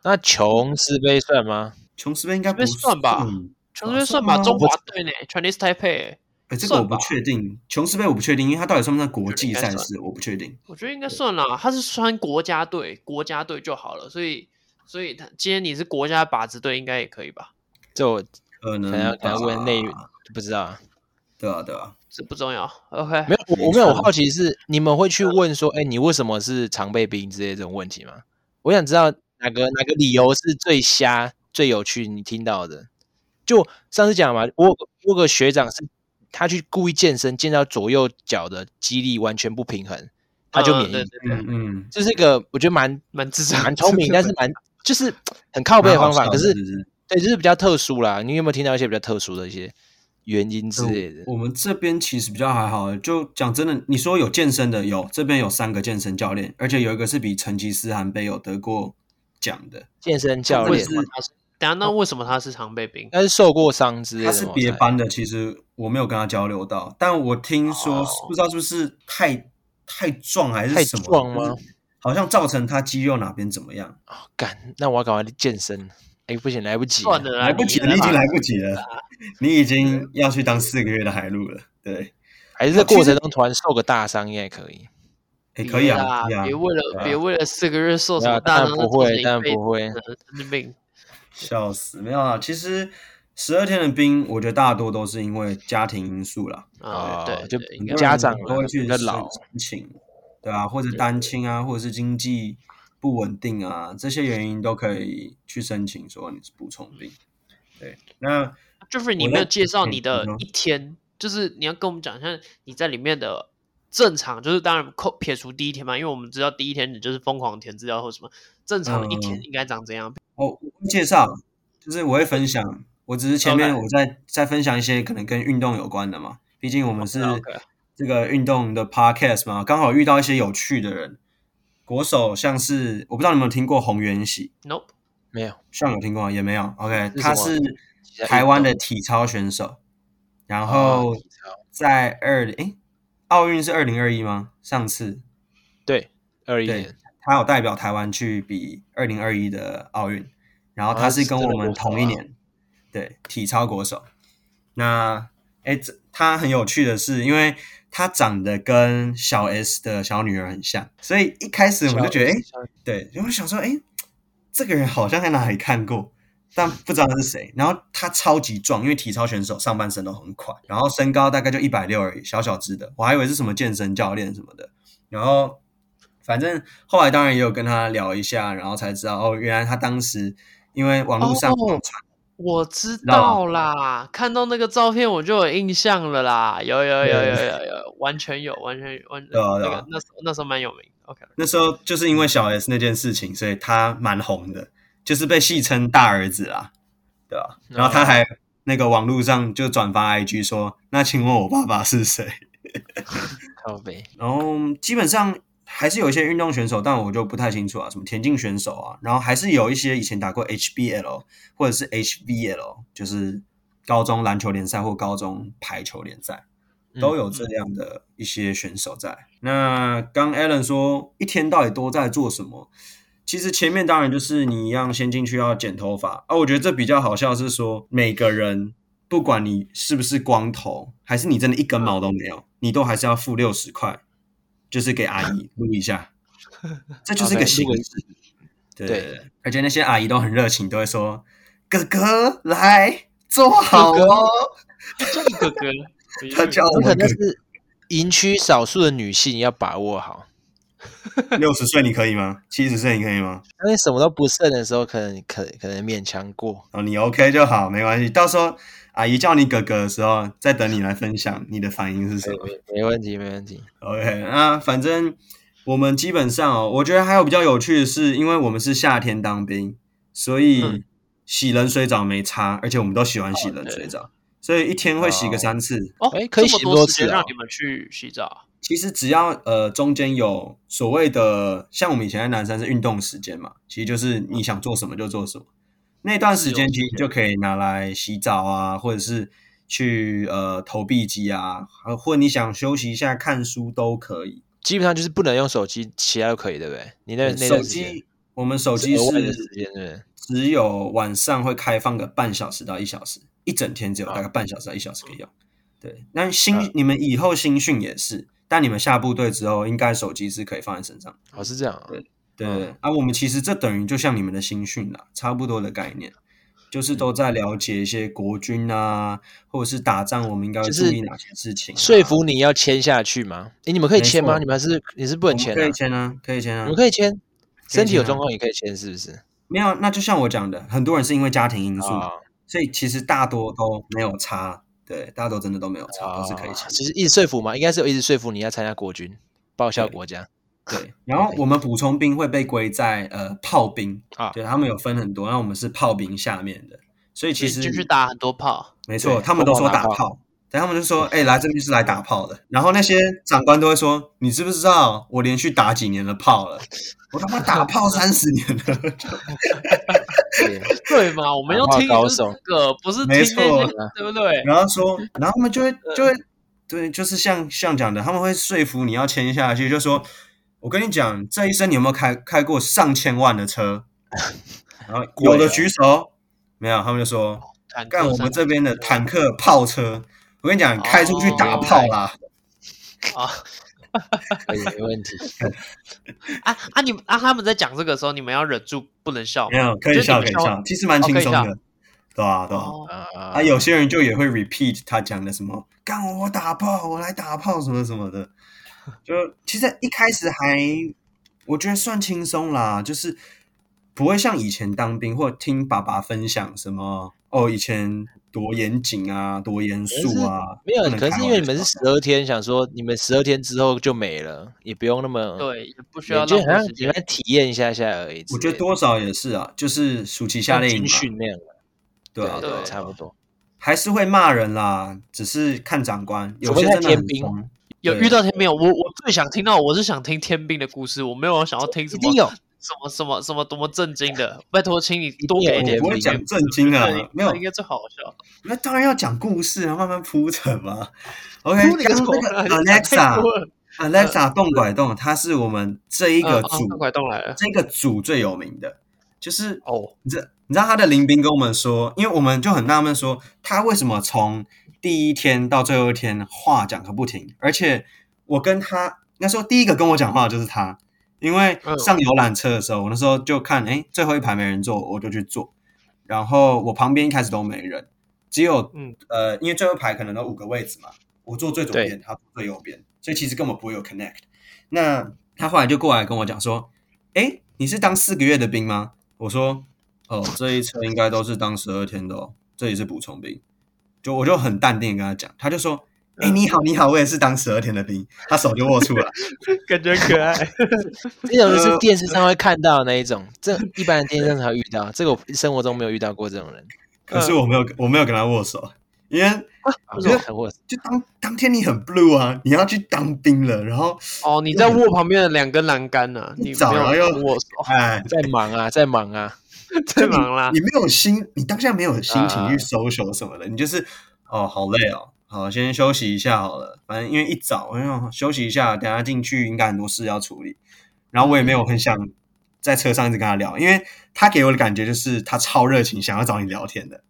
那琼斯杯算吗？
琼斯杯应该不
琼斯杯算吧全队算吧，
算吗
中华队呢，Chinese Taipei，欸
哎，这个我
算吧
不确定，琼斯杯我不确定，因为它到底算不算国际
应该
赛
算
事，我不确定。
我觉得应该算啦。他是穿国家队，国家队就好了。所以，所以他今天你是国家靶子队，应该也可以吧？
这我
可
可
能
能要可能问内
吧
不知道啊。
对啊，对啊，
这不重要。OK，
没有，我我
没
没有我
错
好奇是你们会
嗯
去问说，哎，你为什么是常备兵之类这种问题吗？我想知道哪个哪个理由是最瞎、最有趣你听到的。就上次讲嘛，我有个我有个学长是他去故意健身，健到左右脚的肌力完全不平衡，他就
嗯
免
对
疫。
对对
嗯嗯，
这是一个我觉得蛮
蛮智障，
蛮聪明，但是蛮就是很靠背
蛮
的
好
方法，
笑
可
的
是
不是
对，就是比较特殊啦。你有没有听到一些比较特殊的一些原因之类的？
嗯我们这边其实比较还好，就讲真的，你说有健身的有，这边有三个健身教练，而且有一个是比成吉思汗杯有得过奖的，
健身教
为
练哦
什么他是？等一下，那为什么他是常备兵
应？该是受过伤之类
他
的。
是
我
别
猜
班的，其实我没有跟他交流到，但我听说、
哦
不知道是不是太太壮还是
太
什么，
壮吗
就是好像造成他肌肉哪边怎么样，
哦干，那我要赶快去健身。哎，不行，来不及了。
算了啦，
来不及了，你已
啦
经来不及了， 你已经要去当四个月的海陆了，对，
还是这过程中突然受个大伤应该可以。
也可以
别
啊，
啦
可以啊
别，为了
对啊
别为了四个月受什
对
么
啊
大
当
伤，
然不会，
但
当然不会。
神经病。
笑死，没有啊，其实。十二天的兵，我觉得大多都是因为家庭因素啦，
啊，
哦
对，
就
对
很
应
多
该
人
家长
都会
啊
去
比较
申
老
申请，对啊，或者单亲啊，或者是经济不稳定啊，这些原因都可以去申请说你是补充兵。对，那
Jeffrey，你
我
没有
在
介绍
嗯
你
你
的
说
一天，就是你要跟我们讲一下你在里面的正常，就是当然扣撇除第一天嘛，因为我们知道第一天你就是疯狂填资料或什么，正常的一天
嗯
应该长怎样？
我我会介绍，就是我会分享，我只是前面
OK
我在在分享一些可能跟运动有关的嘛，毕竟我们是
OK
这个运动的 podcast 嘛，刚好遇到一些有趣的人。国手像是我不知道你们有没有听过洪元喜，
Nope，
没有，
上有听过吗也没有。OK，
是
他
什么
是
其他运动
台湾的体操选手，然
哦
后
体操
在二零诶，奥运是二零二一吗？上次
对，二一
对
年，
他有代表台湾去比二零二一的奥运，然后他是跟我们同一年，对，体操国手。那哎，这他很有趣的是，因为他长得跟小 S 的小女儿很像，所以一开始我们就觉得，哎，对，因为我想说，哎，这个人好像在哪里看过，但不知道他是谁。然后他超级壮，因为体操选手上半身都很宽，然后身高大概就一百六而已，小小只的，我还以为是什么健身教练什么的。然后反正后来当然也有跟他聊一下，然后才知道哦，原来他当时因为网络上
哦
传
我知
道
道啦，看到那个照片我就有印象了啦，有有有有有有，完全有，完全有完
对啊
那
对
个
啊
那时候那时候蛮有名，OK，
那时候就是因为小 S 那件事情，所以他蛮红的，就是被戏称大儿子啦，对吧、然
哦嗯
后他还那个网络上就转发 IG 说：“那请问我爸爸是谁
靠北，？”
然后基本上还是有一些运动选手，但我就不太清楚啊，什么田径选手啊，然后还是有一些以前打过 HBL 或者是 HVL，就是高中篮球联赛或高中排球联赛。
嗯
都有这样的一些选手在。那刚 Alan 说一天到底都在做什么？其实前面当然就是你一样先进去要剪头发啊，我觉得这比较好笑是说每个人不管你是不是光头，还是你真的一根毛都没 有，你都还是要付六十块，就是给阿 姨撸一下，这就是一个形
啊
式。对，
对
而且那些阿姨都很热情，都会说：“哥哥来坐好
哥哥
哦。
叫你哥哥，你”
他叫我
哦我可
们
能是营区少数的女性要把握好，
六十岁你可以吗？七十岁你可以吗？
当你什么都不剩的时候，可能可可能勉强过。
哦，你 OK 就好，没关系。到时候阿姨叫你哥哥的时候，再等你来分享你的反应是
嗯
什么。
没问题，没问题。
OK，那反正我们基本上哦，我觉得还有比较有趣的是，因为我们是夏天当兵，所以
嗯
洗冷水澡没差，而且我们都喜欢洗冷水澡，所以一天会洗个三次。
哦
哎，可以
这么
洗多
多
次
时间
啊
哦
让你们去洗澡，
其实只要呃中间有所谓的，像我们以前在南山是运动时间嘛，其实
嗯
就是你想做什么就做什么。那段时间其实就可以拿来洗澡啊，或者是去呃投币机啊，啊或你想休息一下看书都可以。
基本上就是不能用手机，其他都可以，对不对？你那那
手
段时间
机我们手机
是额外的时
是
间，对不对？
只有晚上会开放个半小时到一小时，一整天
啊
只有大概半小时到一小时可以用。对，那新、
嗯
你们以后新训也是，但你们下部队之后，应该手机是可以放在身上。
哦，是这样、啊。
对、
嗯
啊，我们其实这等于就像你们的新训啦，差不多的概念，就是
嗯
都在了解一些国军啊，或者是打仗，我们应该会
就
注
是
意哪些事情啊、
说服你要签下去吗？诶，你们可以签
没错
吗？你们还是你是不
我
能
们
签
可
的、
以签啊，可以签啊
你们。可以签，身体有
签啊
状况也可以签，是不是？
没有，那就像我讲的，很多人是因为家庭因素，
啊、
所以其实大多都没有差。对，大多真的都没有差，都是可以签
啊。其实一直说服嘛，应该是有一直说服你要参加国军，报效
对
国家
对，然后我们补充兵会被归在呃炮兵，
啊。
对他们有分很多，那我们是炮兵下面的，所以其实
进去打很多炮，
没错，
对
他们都说打
疯狂打
炮，但他们就说，哎、来这边是来打炮的。然后那些长官都会说，你知不知道我连续打几年的炮了？我他妈打炮三十年了，
对，
对嘛？我们要
打炮
听
高
的就是
手
这个，不是听
没
那些
错，
对不对？
然后说，然后他们就 会就会对，就是像像讲的，他们会说服你要签下去，就说，我跟你讲，这一生你有没有开开过上千万的车？然后 有的哦举手，没有，他们就说，
坦克
干我
上
们这边的坦克炮车，哦哎我跟你讲，开出去打炮啦。
啊
可以，没问题。
啊啊！你们啊，他们在讲这个时候，你们要忍住不能笑
没
吗？
有，可以
就是
笑，
你
可以
笑
笑，其实蛮轻松
哦可以
的，对啊，对啊。
哦，
啊
啊，有些人就也会 repeat 他讲的什么“干我，我打炮，我来打炮”什么什么的，就其实一开始还我觉得算轻松啦，就是不会像以前当兵或听爸爸分享什么哦，以前多严谨啊，多严肃啊，
没有，
不
可能
开
是因为
玩
你们是
笑
十二天，想说你们十二天之后就没了，也不用那么，
对，也不需
也
要
就
浪
好像
费时
你
间
们。体验一下下而已之类的。
我觉得多少也是啊，就是暑期夏
像
令
军
营嘛，
训那样，
对啊，
对
对啊，
差不多。
还是会骂人啦，只是看长官，有
除非
些
他
真的
天
很
兵
疯
有
对
遇到天兵，我我最想听到我是想听天兵的故事，我没有想要听什
一
么
定有，
什么什么什么多么震惊的，拜托，请你多给一点
我不
名
会
言
讲。正经啊
这应，
没有
这应，该最好笑。
那当然要讲故事啊，慢慢铺 陈嘛。OK，
哭你
哎刚
个头
刚那
啊！
个
你讲 太多
Alexa
了
Alexa 动拐动，它是我们这一个
嗯嗯
组
动拐动来了
这个组最有名的，就是
哦，
你知你知道他的林斌跟我们说，因为我们就很纳闷说，他为什么从第一天到最后一天话讲个不停，而且我跟他那时候第一个跟我讲话的就是他，因为
嗯
上游览车的时候，我那时候就看，哎，最后一排没人坐，我就去坐，然后我旁边一开始都没人，只有
嗯
呃，因为最后一排可能都五个位置嘛，我坐最左
对
边，他坐最右边，所以其实根本不会有 connect。那他后来就过来跟我讲说：“哎，你是当四个月的兵吗？”我说：“哦，这一车应该都是当十二天的哦，这里是补充兵。”就我就很淡定地跟他讲，他就说：“哎，你好，你好，我也是当十二天的兵。”他手就握出来，
感觉很可爱。
这种
呃
就是电视上会看到的那一种，这一般的电视上才会遇到，这个我生活中没有遇到过这种人。
可是我没有，我没有跟他握手，因为
我觉 得我
就当当天你很 blue 啊，你要去当兵了，然后
哦，你在握旁边的两根栏杆啊 呢、你
早
没
了
有
又
握手，
哎，
在忙啊，在忙啊，
太忙啦。
你没有心，你当下没有心情去
啊
social 什么的，你就是哦，好累哦，好，先休息一下好了。反正因为一早，我想休息一下，等下进去应该很多事要处理。然后我也没有很想在车上一直跟他聊，因为他给我的感觉就是他超热情，想要找你聊天的。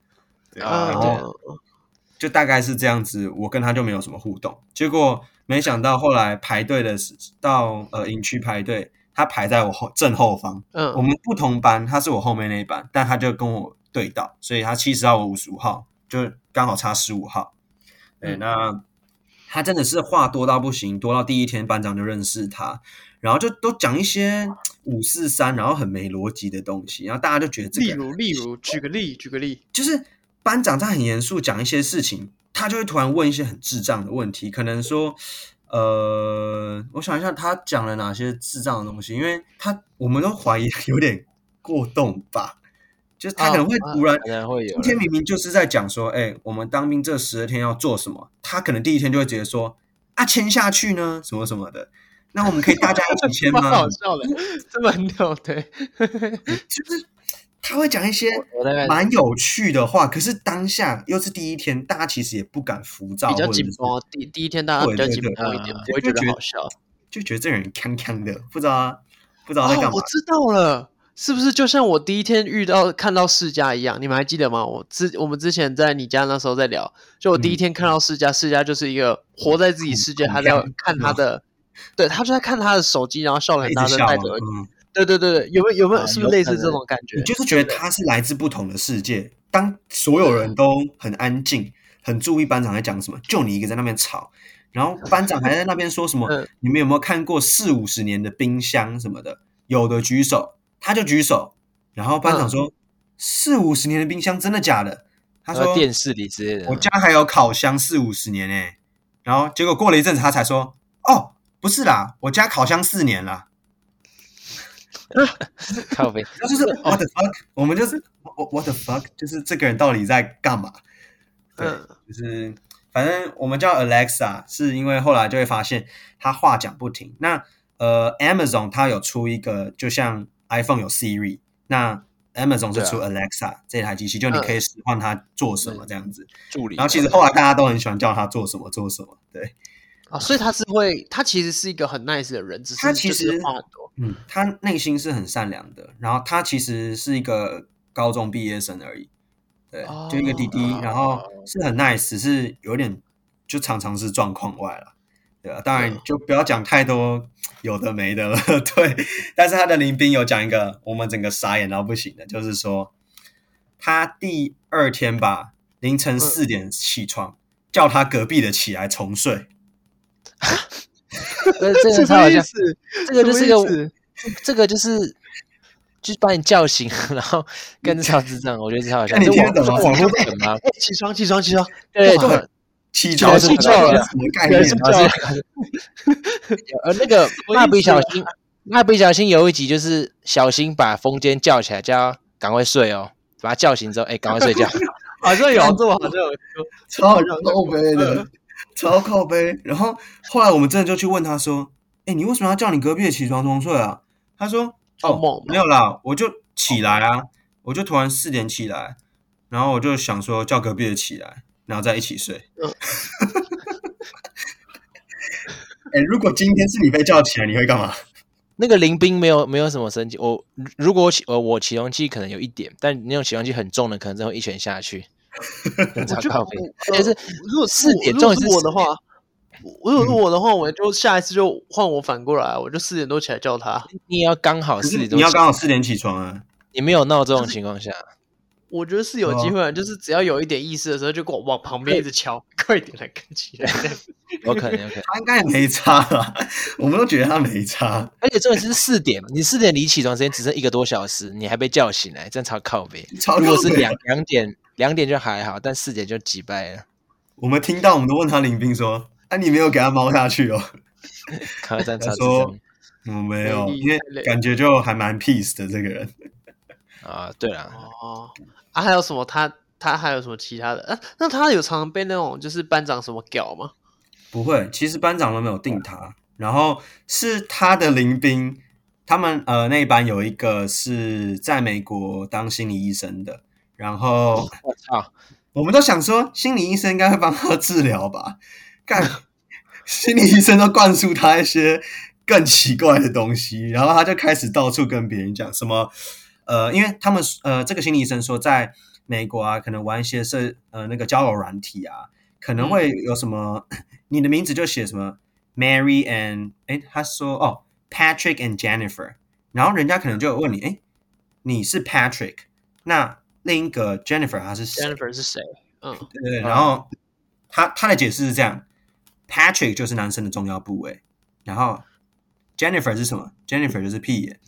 对
啊
然
对
后就大概是这样子，我跟他就没有什么互动。结果没想到后来排队的时到呃营区排队，他排在我后正后方。
嗯，
我们不同班，他是我后面那一班，但他就跟我对到，所以他七十号，我五十五号，就刚好差十五号。对，
嗯
那他真的是话多到不行，多到第一天班长就认识他，然后就都讲一些五四三，然后很没逻辑的东西，然后大家就觉得这
例
个
如例如，举个例，举个例，
就是班长在很严肃讲一些事情，他就会突然问一些很智障的问题，可能说，呃，我想一下他讲了哪些智障的东西，因为他我们都怀疑他有点过动吧，就是他可能会突然。
可能会啊有
今天
人。
明明就是在讲说，哎、我们当兵这十二天要做什么？他可能第一天就会直接说啊，签下去呢，什么什么的。那我们可以大家一起 签
蛮
吗
好？笑的，真蛮屌的。
就是他会讲一些
我大概
蛮有趣的话，可是当下又是第一天，大家其实也不敢浮躁，
比较
或者
紧
是
绷哦，第第一天大家比较
对对
紧
对
绷一点，
嗯
不会觉得
就觉得
好笑。
就觉得这人康康的，不知道他不知道
哦
他在干，嘛
我。知道了，是不是就像我第一天遇到看到世家一样？你们还记得吗？我之我们之前在你家那时候在聊，就我第一天看到世家，世家就是一个活在自己世界，
嗯很
他在
很
看他的，对他就在看他的手机，然后笑得很
一
大
直
声，
笑啊，
戴着耳机。
嗯，
对对对对，有没有有没有
啊
是不
有
是类
可
似这
能
种感觉
你？就是觉得他是来自不同的世界。当所有人都很安静，很注意班长在讲什么，就你一个在那边吵，然后班长还在那边说什么
嗯？
你们有没有看过四五十年的冰箱什么的？有的举手，他就举手，然后班长
嗯
说：“四五十年的冰箱真的假的？”他
呃
说：“
电视里之类的，
我家还有烤箱四五十年呢、然后结果过了一阵子，他才说：“哦，不是啦，我家烤箱四年啦。
靠背，”
然后就是
哦
what the fuck，我们就是 what what the fuck，就是这个人到底在干嘛？对，
嗯
就是反正我们叫 Alexa，是因为后来就会发现他话讲不停。那呃，Amazon 它有出一个，就像 iPhone 有 Siri，那 Amazon
对
是
啊嗯
出 Alexa、这台机器，就你
嗯
可以使唤它做什么这样子。
助理。
然后其实后来大家都很喜欢叫他做什么做什么，对。
啊，所以他是会，他其实是一个很 nice 的人，只是
他其
就是
实
话很多。
嗯，他内心是很善良的，然后他其实是一个高中毕业生而已，对，
哦
就一个弟弟，然后是很 nice，只是有点就常常是状况外了，对啊，当然
嗯
就不要讲太多有的没的了， 对。但是他的林斌有讲一个我们整个傻眼到不行的，就是说他第二天吧凌晨
嗯
四点起床，叫他隔壁的起来重睡，
呃这
是 什
个他好
么意
像，
思？
这个就是
什么
一
意
个
思，
这个就是就是把你叫醒，然后跟着超智障，我觉得超好笑。
看你
这
听
网
得懂吗
这网络梗 吗？
哎起床，起床，起床！
对，
哇
对
起
起来
床
睡觉
是
了
什么概
起来
念啊
睡？
然后是 呃，那 个蜡笔小新，蜡笔小新有一集就是小新把风间叫起来，叫他赶快睡哦，把他叫醒之后，哎，赶快睡 觉。
好像有哦这么好像有，
超靠背的，
嗯
超靠背。然后后来我们真的就去问他说：“哎、你为什么要叫你隔壁的起床重睡啊？”他说：“
好猛哦
没有啦，我就起来啊，我就突然四点起来，然后我就想说叫隔壁的起来，然后再一起睡。
嗯
哎、如果今天是你被叫起来，你会干
啊
嘛？
那个林冰没有没有什么生气，我如果我起呃我起重器可能有一点，但那种起重器很重的，可能真的会一拳下 去。很
我
常
就
靠
我
背
呃
而且是
如果
四点
如果
重
是
点是
我的话，我如果是我的话，我就下一次就换我反过来，我就四点多起来叫他，
你也要刚好
可
四
是
点钟
你
起，
要刚好四点起床啊。
你没有闹这种情况下，
我觉得是有机会
哦
啊，就是只要有一点意识的时候，就往往旁边一直敲， 快点来跟起来。这样
有可能有可 能。
他应该也没差啦，我们都觉得他没差。
而且重点是四点嘛，你四点离起床时间只剩一个多小时，你还被叫醒来，真超靠背。
超
哦如果是
靠北
两两点两点就还好，但四点就几败了，
我们听到，我们都问他林斌说：“啊，你没有给他猫下去哦
抗战超
他
智
说
障？”
我没有，
累
因为
太累
感觉就还蛮 peace 的这个人。
啊！对了，
哦，啊，还有什么？他他还有什么其他的？啊，那他有常常被那种就是班长什么屌吗？
不会，其实班长都没有定他，然后是他的林兵，他们呃那一班有一个是在美国当心理医生的，然后
我操，
我们都想说心理医生应该会帮他治疗吧， 干心理医生都灌输他一些更奇怪的东西，然后他就开始到处跟别人讲什么呃，因为他们呃这个心理医生说在美国啊，可能玩一些社呃那个交友软体啊，可能会有什么， 你的名字就写什么 Mary and 哎，他说哦 Patrick and Jennifer，然后人家可能就会问你，哎，你是 Patrick，那另一个 Jennifer 她是谁？
Jennifer 是谁？嗯，
对，然后他他的解释是这样：Patrick 就是男生的重要部位，然后 Jennifer 是什么？Jennifer 就是屁眼，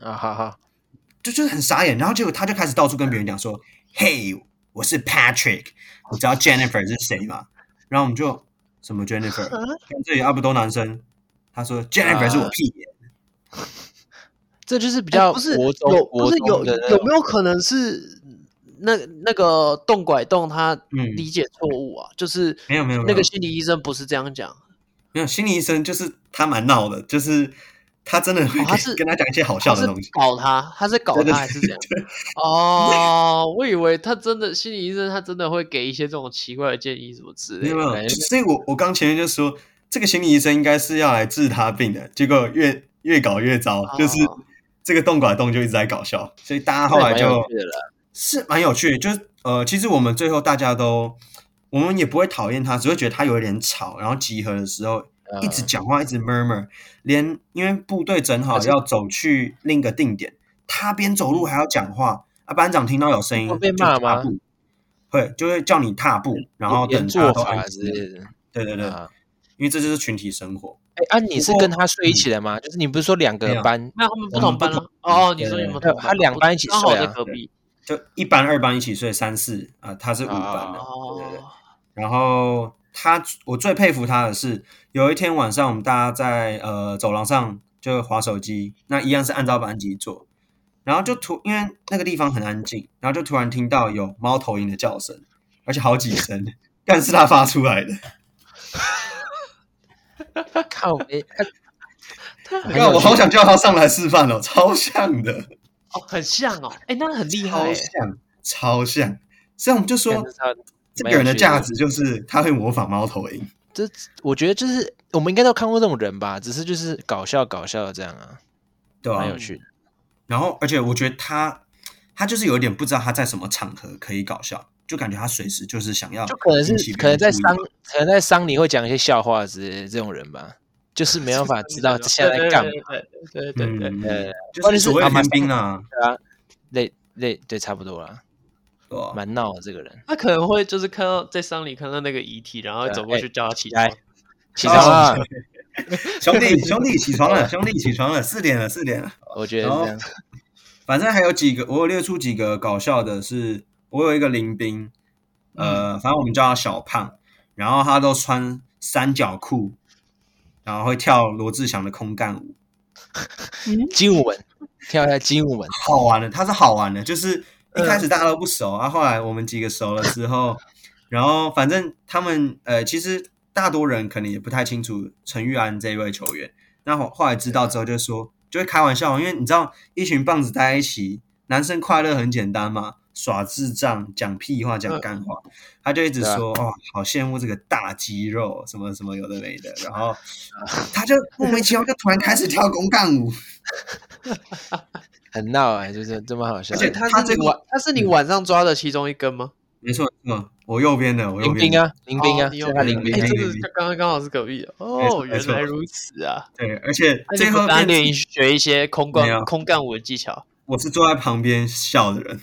啊好好，
就就是很傻眼。然后结果他就开始到处跟别人讲说：“Hey，我是 Patrick，你知道 Jennifer 是谁吗？”然后我们就什么 Jennifer，看这里啊不都男生？他说
啊
Jennifer 是我屁眼，
这就是比
比
较
哎不是
国中
有不
国
是
中
有
的那
有
种
没有可能是那那个动拐动他
嗯
理解错误啊？就是
没有没有没有
那个心理医生不是这样讲，
没有心理医生就是他蛮闹的，就是他真的会
哦他
给
是
跟他讲一些好
他
笑
是
的东西。
搞他，他是搞
对对
他还是怎样？哦，我以为他真的心理医生，他真的会给一些这种奇怪的建议什么之类
没有
的。
没
感
有，
觉
所以我我刚前面就说，这个心理医生应该是要来治他病的，结果越越搞越糟，就是
哦
这个动拐动就一直在搞笑，所以大家后
这也蛮有
来就
趣的了。
是蛮有趣的，就是呃，其实我们最后大家都，我们也不会讨厌他，只会觉得他有一点吵，然后集合的时候
嗯
一直讲话，一直 murmur，连因为部队正好
可是
要走去另一个定点，他边走路还要讲话，啊，班长听到有声音
会被
就
骂
踏
吗
步？会，就会叫你踏步，然后
连
等大
做
家都
法
安
之
静。
类的
对对对，
啊。
因为这就是群体生活。
哎，啊，你是
不过嗯
跟他睡一起的吗？就是你不是说两
没
个
有
班？
那他们不
我们
同
不
班啊？哦，你
对
说你
对对
们
他
同班
他两
我
班一起
刚好
睡
在
啊
隔壁。
就一班、二班一起睡，三四啊，他是五班的，对对对。
哦，
然后他，我最佩服他的是，有一天晚上我们大家在呃走廊上就划手机，那一样是按照班级做，然后就突因为那个地方很安静，然后就突然听到有猫头鹰的叫声，而且好几声， 但是他发出来 的，
靠背， 哎
他很
很有
啊看我
趣
好想叫他上来示范哦，超像的，
哦很像哦，哎，那很厉害
超
欸。
像，超像，所以我们就说
感觉。他
这
蛮有
个人的
趣
价值就是他会模仿猫头鹰。
这我觉得就是我们应该都看过这种人吧，只是就是搞笑搞笑的这样啊，
对
蛮
啊
有，趣的。
然后而且我觉得他他就是有点不知道他在什么场合可以搞笑，就感觉他随时就是想要
就可能
引起
是
别
可能
人
在
注意
丧，可能在丧礼会讲一些笑话之类的这种人吧，就是没办法 知道现在在干嘛。
对对对对对对
嗯，
对，
呃，
就
关
是
键是
所谓
啊
的
蛮
天兵啊，
类类对，差不多啦，
对吧？
蛮闹的这个人。
他可能会就是看到在丧礼看到那个遗体，然后
对
走过
哎
去叫他起
来
床。
起床
啊
啦！
兄弟 兄弟起床了，兄弟起床了，四点了四点了。
我觉得是这样。
反正还有几个，我有列出几个搞笑的是，我有一个林兵，
嗯
呃，反正我们叫他小胖，然后他都穿三角裤，然后会跳罗志祥的空干舞。
精武门，跳一下精武门，
好玩的，它是好玩的，就是一开始大家都不熟，啊，后来我们几个熟了之后， 然后反正他们呃，其实大多人可能也不太清楚陈玉安这一位球员，那后后来知道之后就说，就会开玩笑，因为你知道一群棒子待在一起，男生快乐很简单嘛，耍智障、讲屁话、讲干话，他就一直说、哦，好羡慕这个大肌肉，什么什么有的没的，然后他就莫名其妙就突然开始跳公干舞，
很闹哎、就是这么好笑
而。且
他
他
是
这
你
个
晚，他是你
嗯
晚上抓的其中一根吗？
没错没错，我右边的我右
林
边
斌
的，
啊，林斌啊，
哦你
就他
有
林斌
哎，
林
这
斌
个刚刚刚好是隔壁的
没
哦，
错没
原
错
来如此啊！
对，而且
那
最
你
后
不
变
打
成
练学一些空
没
干
有
空干舞的技巧，
我是坐在旁边笑的人，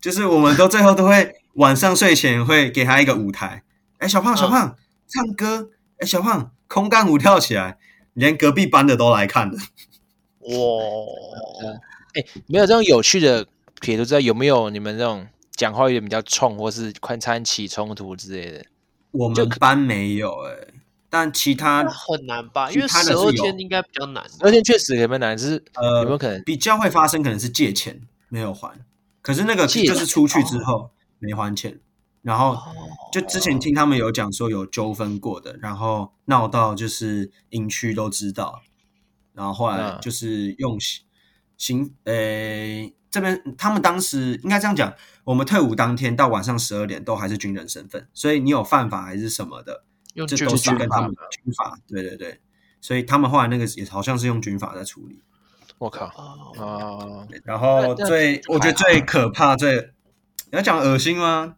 就是我们都最后都会晚上睡前会给他一个舞台，哎，小胖小胖、唱歌，哎，小胖空干舞跳起来，连隔壁班的都来看了，
哇！
没有这种有趣的撇除之外，有没有你们这种讲话有点比较冲，或是宽掺起冲突之类的？
我
就
们
可
班没有哎、但其他
那很难吧？
其
因为
他的
十
是
二
有
天应该比较难。
而且确实有没有难，只是
呃
有没有可能
比较会发生可能是借钱没有还，可是那个
借钱
就是出去之后没还钱，然后
哦
就之前听他们有讲说有纠纷过的，然后闹到就是营区都知道，然后后来
嗯
就是用刑刑呃、这边他们当时应该这样讲，我们退伍当天到晚上十二点都还是军人身份，所以你有犯法还是什么的，
用
这
军
都是
法
跟他们军法，对对对，所以他们后来那个也好像是用军法在处理。
我靠
哦，
哦，
然后
那那
最我觉得最可怕最，你要讲恶心吗？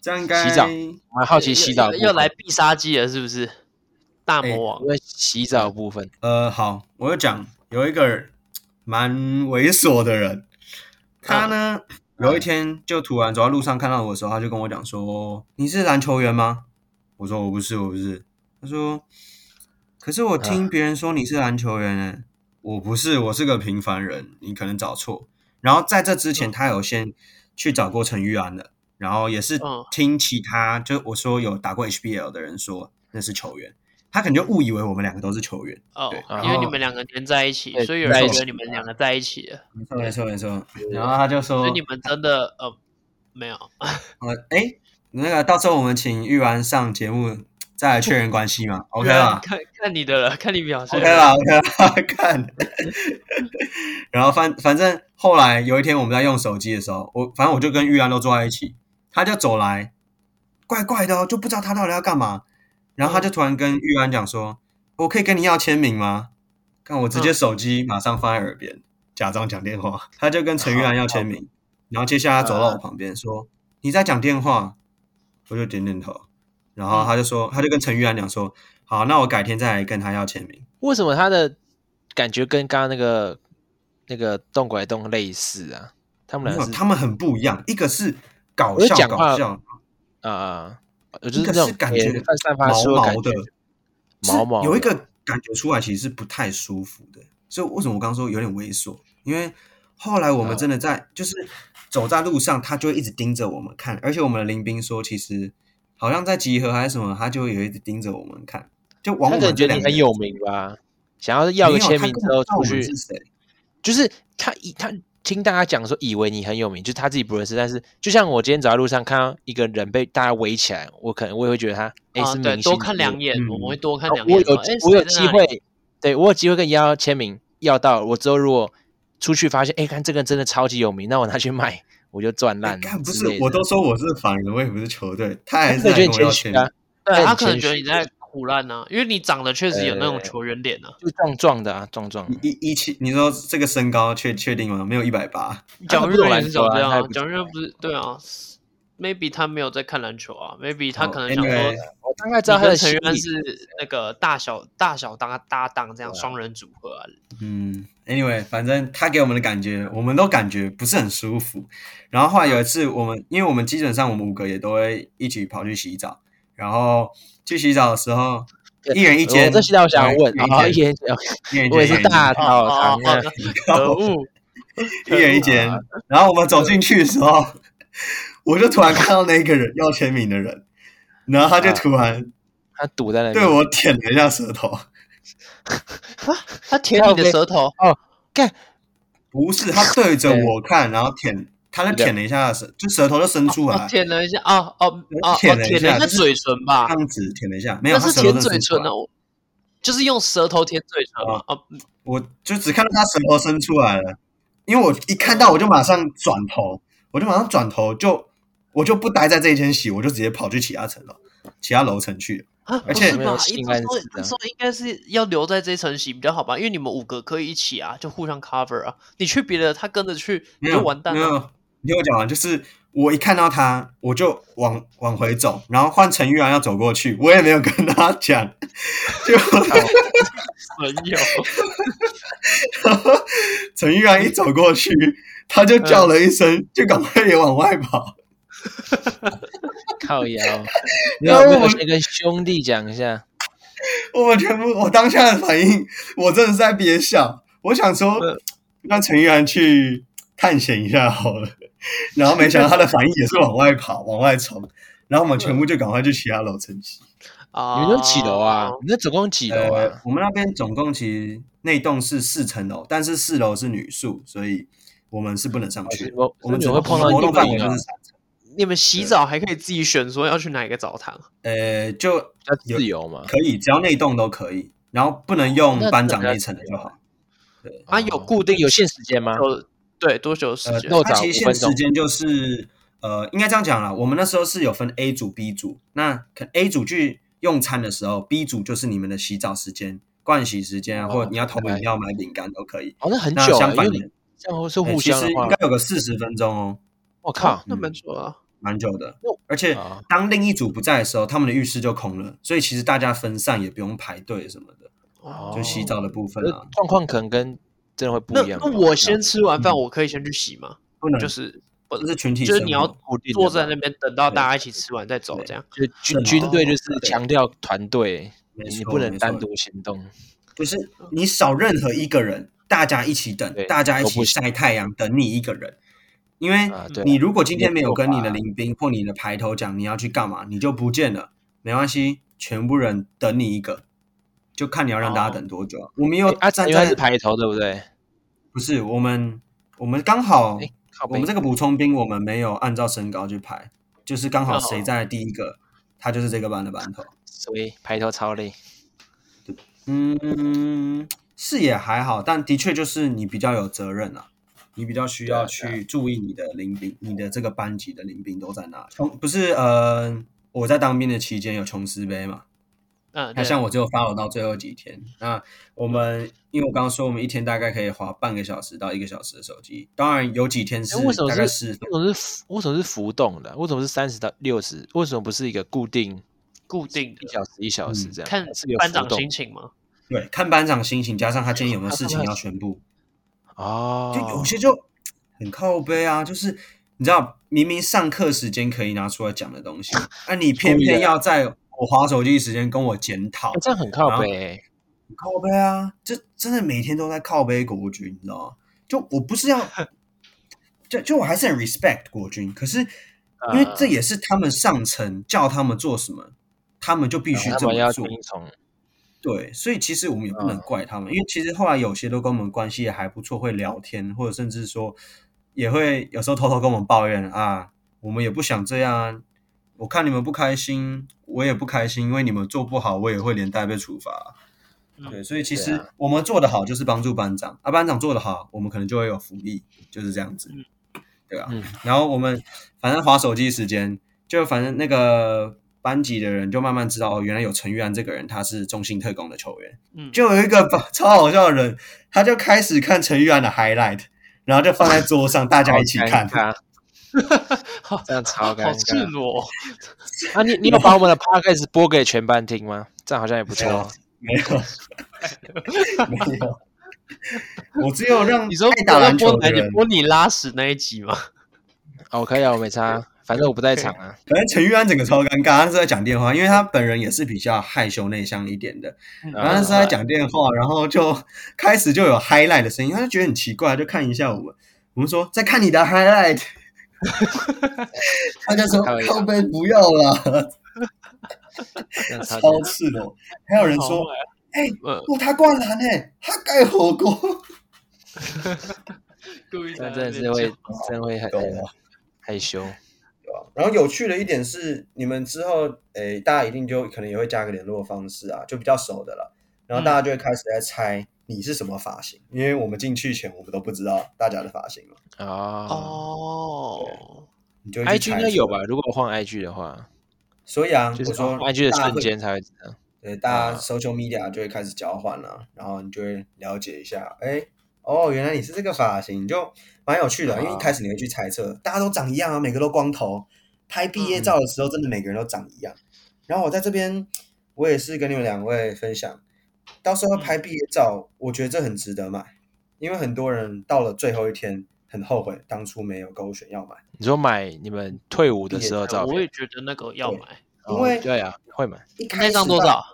这样应该
洗澡我蛮好奇洗澡
要
的部
要
分
来必杀技了，是不是？大
哎
魔王
因为洗澡的部分，
呃，好，我就讲有一个蛮猥琐的人，他呢、有一天就突然走在路上看到我的时候，他就跟我讲说：“你是篮球员吗？”我说：“我不是，我不是。”他说：“可是我听别人说你是篮球员、欸，我不是，我是个平凡人，你可能找错。”然后在这之前，他有先去找过陈玉安的，然后也是
嗯
听其他就我说有打过 HBL 的人说那是球员，他可能就误以为我们两个都是球员。
哦
对，
因为
然
你
后
们两个连在一起，
对
所以有人
在一
觉得
起
你们两个在一起了，
没错，没错，没错。然后他就说
所以你们真的呃没有：“
呃，哎，那个到时候我们请玉完上节目再来确认关系嘛，OK
对啊
吧
看看你的了，看你表现
？OK 啦，OK 啦， 看。然后反反正后来有一天我们在用手机的时候，我反正我就跟玉安都坐在一起，他就走来，怪怪的哦，就不知道他到底要干嘛。然后他就突然跟玉安讲说：“我可以跟你要签名吗？”看我直接
嗯
手机马上放在耳边，假装讲电话。他就跟陈玉安要签名，然后接下来他走
嗯
到我旁边说：“你在讲电话。”我就点点头，然后他就说，他就跟陈玉安讲说：“好，那我改天再来跟他要签名。
为什么他的感觉跟刚刚那个那个动拐动类似啊？他”们
没
俩是
有，他们很不一样，一个是搞
我就
笑
讲话
搞笑，
啊啊，我就是
一个
那
是
种
感觉
给人散发
毛
出的感
毛
觉
的，
毛毛
是有一
的
个感觉出来，其实是不太舒服的。所以为什么我刚说有点猥琐？因为后来我们真的在、就是走在路上，他就会一直盯着我们看，而且我们的林兵说，其实好像在集合还是什么，他就会有一直盯着我们看，就往
他
我
可能
们这
觉得
两
你
个
很
人
有名吧，想要要个
没有
签
他
名
根
之
本
后
不知道我
出
们
去
是，谁？
就是他以他听大家讲说，以为你很有名，就是他自己不认识。但是就像我今天走在路上看到一个人被大家围起来，我可能我也会觉得他哎、诶
啊
是，明
对，
星，
多看两眼，
嗯
我们会多看
然后
两
哦我
眼
有
说。哎
我有
谁在
机
哪里
会，对我有机会跟人家要签名，要到我之后如果出去发现，哎、看这个人真的超级有名，那我拿去卖，我就赚烂
哎
了之类
干
的。
不是，我都说我是凡人，我也不是球队，他还
他
是
可能
来
觉得
跟
你谦
我要签
虚
名
啊，，
对
很
他可能
谦
觉得
虚
你在胡乱啊，因为你长得确实有那种球员脸啊。
就壮壮的啊，壮壮的。
一一七，你说这个身高确确定吗？没有一百八，
蒋玉仁也是长这样
他
啊
不懂篮球啊他也，不
蒋玉仁不是对啊，maybe 他没有在看篮球啊，maybe 他可能
哦
想说，
anyway，
我大概知道
你
他的
跟陈
心
玉安
理，
是那个大小大小搭搭档这样双人组合啊，
嗯，anyway，反正他给我们的感觉，我们都感觉不是很舒服。然后后来有一次，我们因为我们基本上我们五个也都会一起跑去洗澡，然后去洗澡的时候，一人一间。
我这现在我想问，
对
啊，
一
一
人
人一间
一人一间，
我也是大
哦
澡
哦
堂
哦
啊，
可恶，
一人一间。然后我们走进去的时候，我就突然看到那个人要签名的人，然后他就突然
他堵啊在那
对
边。
我舔了一下舌头。
他舔你的舌头，
不是，他对着我看，然后舔，他就舔了一下舌，就舌头就伸出来
哦，舔了一下，哦哦哦哦，
啊舔
舔
了
了
一下
一下嘴唇吧
这，样子舔了一下，没有，
啊那
他
是
舌头
舔
真的
嘴
伸
唇哦
出来
啊，我就是用舌头舔嘴唇嘛，哦，
我就只看到他舌头伸出来了，因为我一看到我就马上转头，我就马上转头就我就不待在这一间洗，我就直接跑去其他层了，其他楼层去了。
啊，不
而且
是
没有
吧？一
性
般
暗
说
示
一般
啊
说应该是要留在这一层洗比较好吧，因为你们五个可以一起啊，就互相 cover 啊。你去别的，他跟着去，你
没有
就完蛋
没
了。
有，你听我讲完，就是我一看到他，我就往往回走，然后换陈玉然要走过去，我也没有跟他讲， 就
朋友，
陈玉然一走过去，他就叫了一声，就赶快也往外跑。
靠腰， 没
然
有
后
没
我
有先跟兄弟讲一下，
我们全部，我当下的反应，我真的是在憋笑。我想说
嗯，
让陈玉然去探险一下好了。然后没想到他的反应也是往外跑，往外冲。然后我们全部就赶快去其他楼层洗。
啊，
你们那几楼啊？
哦
你们那总共几楼
呃
啊？，
我们那边总共其实那栋是四层楼，但是四楼是女宿，所以我们是不能上去的。
我
我们只
只会碰到
活动
硬
范围就
啊
是，三层。
你们洗澡还可以自己选，说要去哪一个澡堂。
呃，就
比较自由嘛。
可以，只要那一栋都可以，然后不能用
那
班
那
长
比较
那一层的就好。
啊，
哦
有固定
有限时间吗？
有对多久的时
啊呃，
间
那？我
它
找
其
5
实限
分
时
钟
间就是呃，应该这样讲啦。我们那时候是有分 A 组、B 组，那可 A 组去用餐的时候，B 组就是你们的洗澡时间、盥洗时间啊，
哦
或者你要投饮
明
料、买饼干都可以。
哦，那很
那
久啊，
相
因为
反
你
的，
这样是
哎
互
其
相
实
的
应
话，
该有个四十分钟哦，
我靠
那蛮久啊。
蛮久的
那。
而且
啊！
当另一组不在的时候，他们的浴室就空了，所以其实大家分散也不用排队什么的，
哦
就洗澡的部分
可是
啊，
状况可能跟真的会不
那
一样吧。
那我先吃完饭，
嗯
我可以先去洗吗？
不能
就是不
这是群体
就是
生活，
你要
固定的
坐在
吧
那边等到大家一起吃完再走，这样。
就军
正
军队
好
就是
哦对
强调团队，
没
你
错
不
没
能单
错
独行动。
就是你少任何一个人，大家一起等
对，
大家一
都
起
不行
晒太阳等你一个人。因为
啊对啊
哎你如果今天没有跟你
你
的
的做法啊
林兵或你的排头讲你要去干嘛，你就不见了，没关系，全部人等你一个，就看你要让大家等多久啊。我们又
哦诶啊，
站
因为他
在
是排头，对不对？
不是我们，我们刚好
哎，靠
我
背
们这个补充兵我们没有按照身高去排，就是刚好
哦
谁在第一个，他就是这个班的班头。
所以排头超累。
嗯，是也还好，但的确就是你比较有责任啊，你比较需
对
要
啊
去注意你的临兵，你的这个班级的临兵都在哪里。从不是呃，我在当兵的期间有琼斯杯嘛，
啊
嗯，
那
对
像我只有 follow 到最后几天。那我们因为我刚刚说我们一天大概可以划半个小时到一个小时的手机，当然有几天是
哎，为什么
大概
是为
是
什么是浮为什么是浮动的啊？为什么是三十到六十？为什么不是一个固定
固定
一
的，
小时一小时
嗯
这样？
看
是有
班
浮
长
动
心情嘛。
对看班长心情，加上他今天有没有事情要宣布。就
哦
有，些就很靠背啊，就是你知道，明明上课时间可以拿出来讲的 东西，那、你偏偏要在我划手机时间跟我检讨
哎诶，这样很靠
然后
背欸。
很靠背啊！这真的每天都在靠背国军，你知道吗？就我不 是要，就就我还是很 respect 国军，可是
呃
因为这也是他们上层叫他们做什么，他们就必须
然后
这
呃他们
么
要
做。
听嗯从，
对，所以其实我们也不能怪他们，因为其实后来有些都跟我们关系也还不错，会聊天，或者甚至说也会有时候偷偷跟我们抱怨啊，我们也不想这样啊，我看你们不开心，我也不开心，因为你们做不好，我也会连带被处罚啊。
嗯
对，所以其
对
实
啊
我们做得好就是帮助班长，啊，班长做得好，我们可能就会有福利，就是这样子，对啊。
嗯
然后我们反正划手机时间，就反正那个班级的人就慢慢知道，哦，原来有陈玉安这个人，他是中信特工的球员。
嗯，
就有一个吧超好笑的人，他就开始看陈玉安的 highlight，然后就放在桌上，大家一起看。
他，
好
这样超尴
好赤
尬。
裸。
啊，你你有把我们的 podcast 播给全班听吗？这样好像也不错
没
哦
有。没有，没有，我只有让
你说
爱打篮球
播
的
哪里
人，
播你拉屎那一集吗？
哦，可以啊，我没差，反正我不在场啊。
反正陈玉安整个超尴尬，他是在讲电话，因为他本人也是比较害羞内向一点的，然后他是
啊
在讲电话，然后就开始就有 highlight 的声音，他就觉得很奇怪，就看一下我们，我们说在看你的 highlight，他就说
靠腰
靠背不要啦，
这样超级
超刺的，还有人说
好
哎。
呃，
嗯
哦，他灌篮呢、他盖火锅，
故意
这
在
样
那
真
边
的是会
讲，
真的会呃很
懂
很
了
害羞。
对吧？然后有趣的一点是，你们之后，嗯诶，大家一定就可能也会加个联络方式啊，就比较熟的了。然后大家就会开始在猜你是什么发型，因为我们进去前我们都不知道大家的发型嘛，
哦
哦，
嗯
你就会去
，IG
猜
应该有
出
吧
来？？
如果换 IG 的话，
所以啊，
就
我
是
说
换 IG 的
大家
瞬
会
间才会知道。
对，大
啊
家 social media 就会开始交换了、然后你就会了解一下，哎，哦，原来你是这个发型，就蛮有趣的。因为一
啊
开始你会去猜测，大家都长一样啊，每个都光头。拍毕
嗯
业照的时候，真的每个人都长一样。然后我在这边，我也是跟你们两位分享，到时候
嗯
拍毕业照，我觉得这很值得买，因为很多人到了最后一天很后悔当初没有勾选要买，
你说买你们退伍的时候的照
我也
片，
觉得那个要
对
买，
因为
哦对啊，会买，
一开
那
始
张多
到？
少？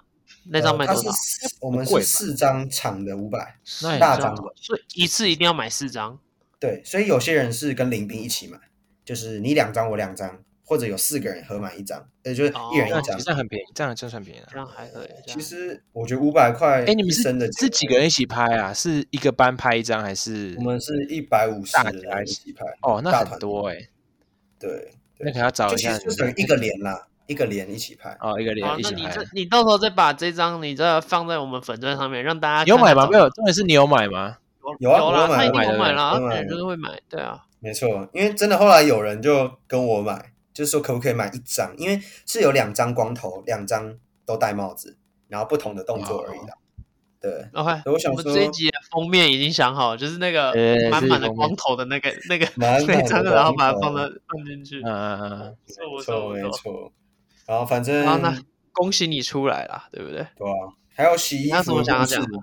那张
呃
卖
它
多少？
是四我们
贵
是
吧
四张厂的五百，
那也
大
是啊
张的。
所以一次一定要买四张。
对，所以有些人是跟林兵一起买，就是你两张我两张，或者有四个人合买一张，呃，就是一
哦
这
人一
样
张。
这样很便宜，这样真算便宜了
这。样还可以。这样
其实我觉得五百块，
哎，你们是
真的
是几个？人一起拍啊？是一个班拍一张还是
我？们是一百五十
大家
人
一
一起拍，
哦，那
大
很
团
多哎，
对，
那可能要找
就
一
其
下
实
你
就
们
等于
的
一个连啦，一个连一起啊拍。
哦，一个
好，啊
连一
那
起
你
拍
这。你到时候再把这张你这放在我们粉钻上面，让大家
你有
看
买
看
吗？
到
没有，重点是你有买吗？
有
有啊我
啦，
买
他一
了
定
买
有
了
买啦，
我买
他肯定
了
就是会买，对啊，
没错，因为真的后来有人就跟我买，就是说可不可以买一张，因为是有两张光头，两张都戴帽子，然后不同的动作
哦
而已啦。 对，
OK，
我想
们
说
这一集的封面已经想好，就是那个
呃
满满的
这是封面
光头的那个那个
满满
那
的
张，然后
光
把它
头
放到放进去
嗯。嗯嗯嗯，
不错
没
不
错，
错不
没
错。
错。然后反正
好，那恭喜你出来啦，对不对？
对啊，还有洗衣
还有什
服
么
的
想要
故事
讲，的？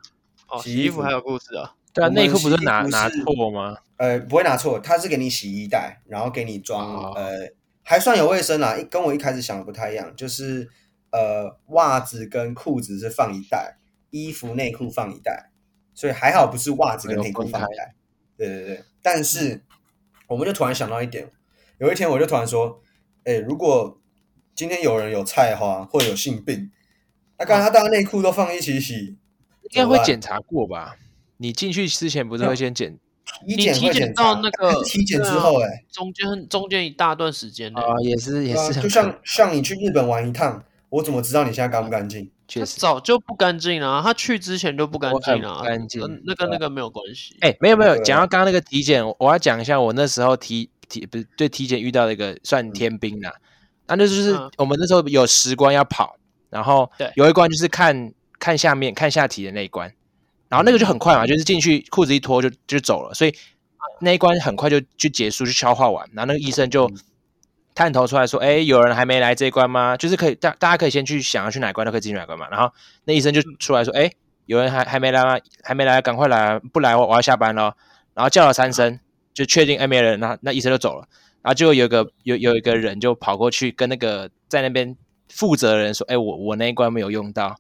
哦，
洗
洗衣
衣
服
服
还有故事啊。
对啊，
我们
内裤不是
洗衣
拿
服
拿
是
错吗？
呃，不会拿错，它是给你洗衣袋，然后给你装
哦
呃，还算有卫生啦，一跟我一开始想的不太一样，就是呃，袜子跟裤子是放一袋，衣服内裤放一袋，所以还好不是袜子跟内裤放一袋，对对对，但
嗯
是我们就突然想到一点，有一天我就突然说，哎，如果今天有人有菜花或者有性病，那
嗯
刚才他当然内裤都放一起洗，
应该会
怎么办
检查过吧？你进去之前不是会先检
体
你
检
体
会
检
检
到
查
那个
体检
对
之
啊
后、哎。
中间中间一大段时间呢、
啊？也是也
对啊
是，
就像像你去日本玩一趟，我怎么知道你现在干不干净？
他
确实，
早就不干净了、啊他去之前就不干
我很
净了、啊
不干净
跟那跟那个没有关系。
哎，没有没有
对，啊
讲到刚刚那个体检，我我要讲一下我那时候体体不是对体检遇到的一个算天兵啦，那那就是
嗯
我们那时候有十关要跑，然后
对
有一关就是看看下面看下体的那一关，然后那个就很快嘛，
嗯
就是进去裤子一脱就就走了，所以那一关很快就就结束，就消化完，然后那个医生就。
嗯
探头出来说：“哎、有人还没来这一关吗？就是可以，大大家可以先去想要去哪一关都可以进去哪一关嘛。”然后那医生就出来说：“
嗯
哎、有人还还没来吗？还没来，赶快来啊，不来我我要下班了。”然后叫了三声，就确定哎没人，那那医生就走了。然后结果有一个有有一个人就跑过去跟那个在那边负责的人说：“哎、我我那一关没有用到。”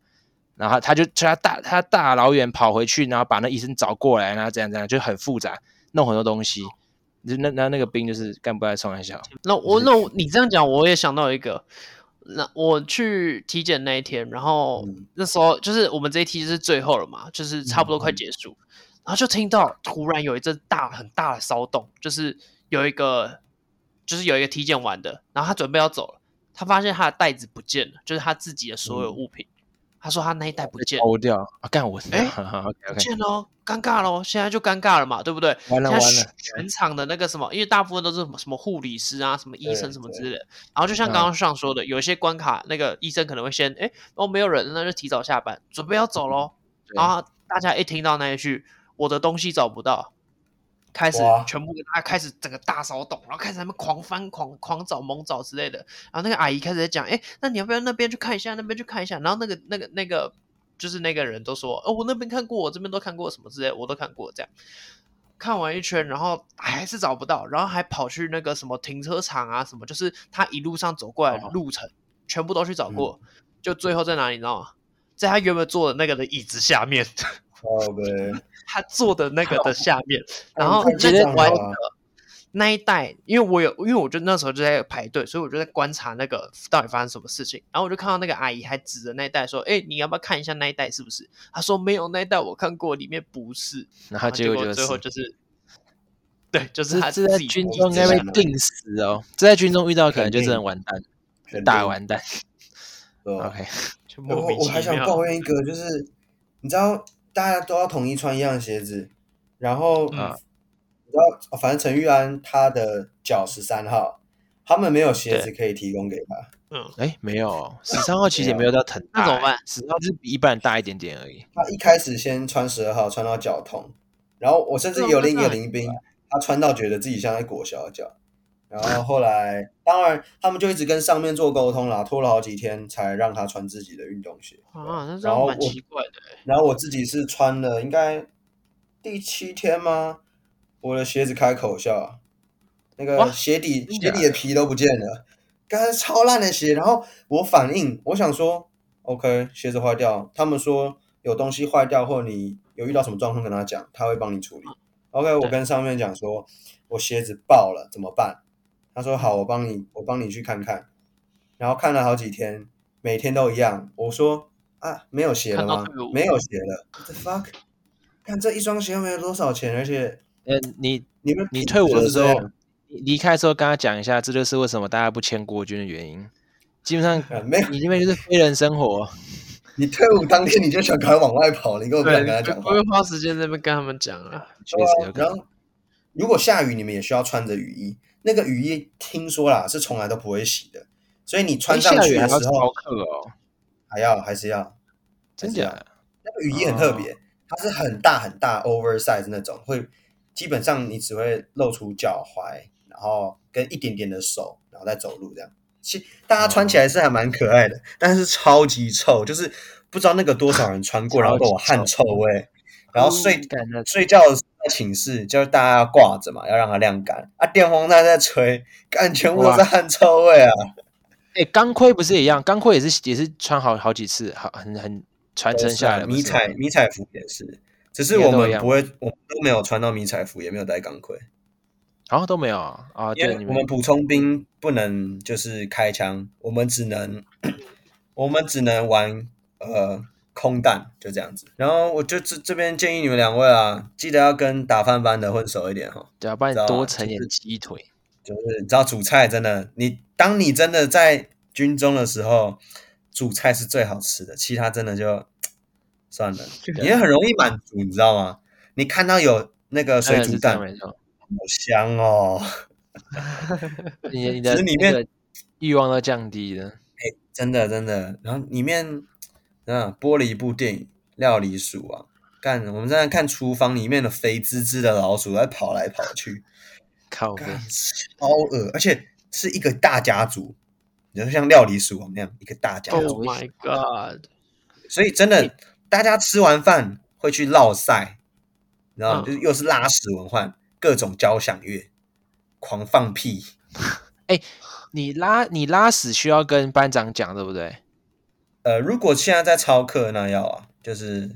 然后他就他大他大老远跑回去，然后把那医生找过来，然后怎样怎样，就很复杂，弄很多东西。就那那那个兵就是干不来冲一下，
那我那我你这样讲，我也想到一个。那我去体检那一天，然后
嗯
那时候就是我们这一梯是最后了嘛，就是差不多快结束，然后就听到突然有一阵大很大的骚动，就是有一个就是有一个体检完的，然后他准备要走了，他发现他的袋子不见了，就是他自己的所有物品。他说他那一袋不见了，
抽掉啊！干我
哎
，OK
不
OK，
见喽，尴尬喽，现在就尴尬了嘛，对不对？
完了
现
完
在
了，
全场的那个什么，因为大部分都是什么什么护理师啊、什么医生
对
什么
对
之类的。然后就像
嗯
刚刚上说的，有些关卡那个医生可能会先，哎，哦没有人，那就提早下班，准备要走喽。
对
然后大家一听到那一句“我的东西找不到”，开始
哇
全部大家开始整个大骚动，然后开始他们狂翻、狂狂找、猛找之类的。然后那个阿姨开始在讲，哎，那你要不要那边去看一下？那边去看一下。然后那个、那个、那个，就是那个人都说，哦，我那边看过，我这边都看过，什么之类的，我都看过。这样看完一圈，然后还是找不到，然后还跑去那个什么停车场啊，什么，就是他一路上走过来的
哦嗯
路程，全部都去找过。就最后在哪里，你知道吗？在他原本坐的那个的椅子下面，
好呗，
他坐的那个的下 面，然后
太
那
紧张
完
了吧
那一带，因为我有，因为我就那时候就在排队，所以我就在观察那个到底发生什么事情。然后我就看到那个阿姨还指着那一带说：“哎、你要不要看一下那一带是不是？”她说：“没有，那一带我看过，里面不是。
然”后
然后
结
啊结
果就
最后
是。
就是，对，就是他
这
自
这在
己
军
一
中应
直
该
想
被
想
定死哦，这在军中遇到可能
肯
就真的
定
完蛋，
肯
大
定
完啊蛋。
对吧
OK，
就
然
莫
后
名
我还
其
想
妙。
抱怨一个，就是你知道大家都要统一穿一样的鞋子，然后
嗯
你知道，哦反正陈玉安他的脚十三号，他们没有鞋子可以提供给他，
哎，没有，十三号其实也没有到很大、
那怎么办？
十三号就是比一般人大一点点而已。
他一开始先穿十二号，穿到脚痛，然后我甚至有另一个林兵，他穿到觉得自己像在裹小脚，然后后来当然他们就一直跟上面做沟通啦，拖了好几天才让他穿自己的运动鞋。
啊，那这
然后
样
我
蛮奇怪的欸。
然后我自己是穿了应该第七天吗？我的鞋子开口笑，那
哇
个鞋底
真
鞋
假的
底的皮都不见了，刚才超烂的鞋。然后我反应，我想说，OK，鞋子坏掉。他们说有东西坏掉，或你有遇到什么状况跟他讲，他会帮你处理。OK，我
啊
对
跟上面讲说，我鞋子爆了，怎么办？他说好，我帮你，我帮你去看看。然后看了好几天，每天都一样。我说啊，没有鞋了
看到
吗
退路？
没有鞋了。What the fuck？看这一双鞋又没有多少钱，而且
呃，你
你们
你退伍的
的时
时
候
候，你离开的时候跟他讲一下，这就是为什么大家不签国军的原因。基本 上
呃没有，
你那边就是非人生活，
你退伍当天你就想赶快往外跑，你根本不想跟他
对，
讲
不
话
会。花时间在那边跟他们讲啊。
确
对啊
实有可
然
能。
后，如果下雨，你们也需要穿着雨衣。那个雨衣听说啦是从来都不会洗的，所以你穿
诶
上
哎下
去
雨还
的
要
时候
逃课哦，
还要还是要。
真
还是要
假的？
那个雨衣很特别，它是很大很大 oversize 那种，会基本上你只会露出脚踝，然后跟一点点的手，然后再走路这样。其大家穿起来是还蛮可爱的，但是超级臭，就是不知道那个多少人穿过，然后都有汗臭味， 然后睡
感的
睡觉的时候在寝室，就是大家要挂着嘛，要让它晾干啊，电风扇在吹，干全部都是汗臭味啊，
哎，钢盔不是也一样？钢盔也是也是穿好好几次，好很很传承下来的。不
迷
是
彩
吗
啊迷彩服也是，只是
应该
我
都一
们
样
不会，我们都没有穿到迷彩服，也没有戴钢盔。
好像都没有啊？啊
因
对，
为
你
我们普通兵不能就是开枪，我们只能 我们只能玩呃空弹，就这样子。然后我就这这边建议你们两位啊，记得要跟打饭班的混熟一点哈，
对啊，不然
知道啊
多成点
就是
鸡腿。
就是你知道煮菜真的，你当你真的在军中的时候，煮菜是最好吃的，其他真的就算了，也很容易满足，你知道吗？你看到有那个水煮
当
蛋，好
哎然是这 样
香哦。
没错你的你的
只是里
那
面
个欲望都降低了。
真的真的，然后里面啊播了一部电影《料理鼠》啊，干我们在那看厨房里面的肥滋滋的老鼠在跑来跑去，
靠背，
干超恶，而且是一个大家族，你就像料理鼠王那样一个大家
Oh
哦
族，
my god！
所以真的大家吃完饭会去绕赛，然后
嗯
就是又是拉屎文化，各种交响乐，狂放屁，
你拉你拉屎需要跟班长讲，对不对？
呃，如果现在在操课，那要啊，就是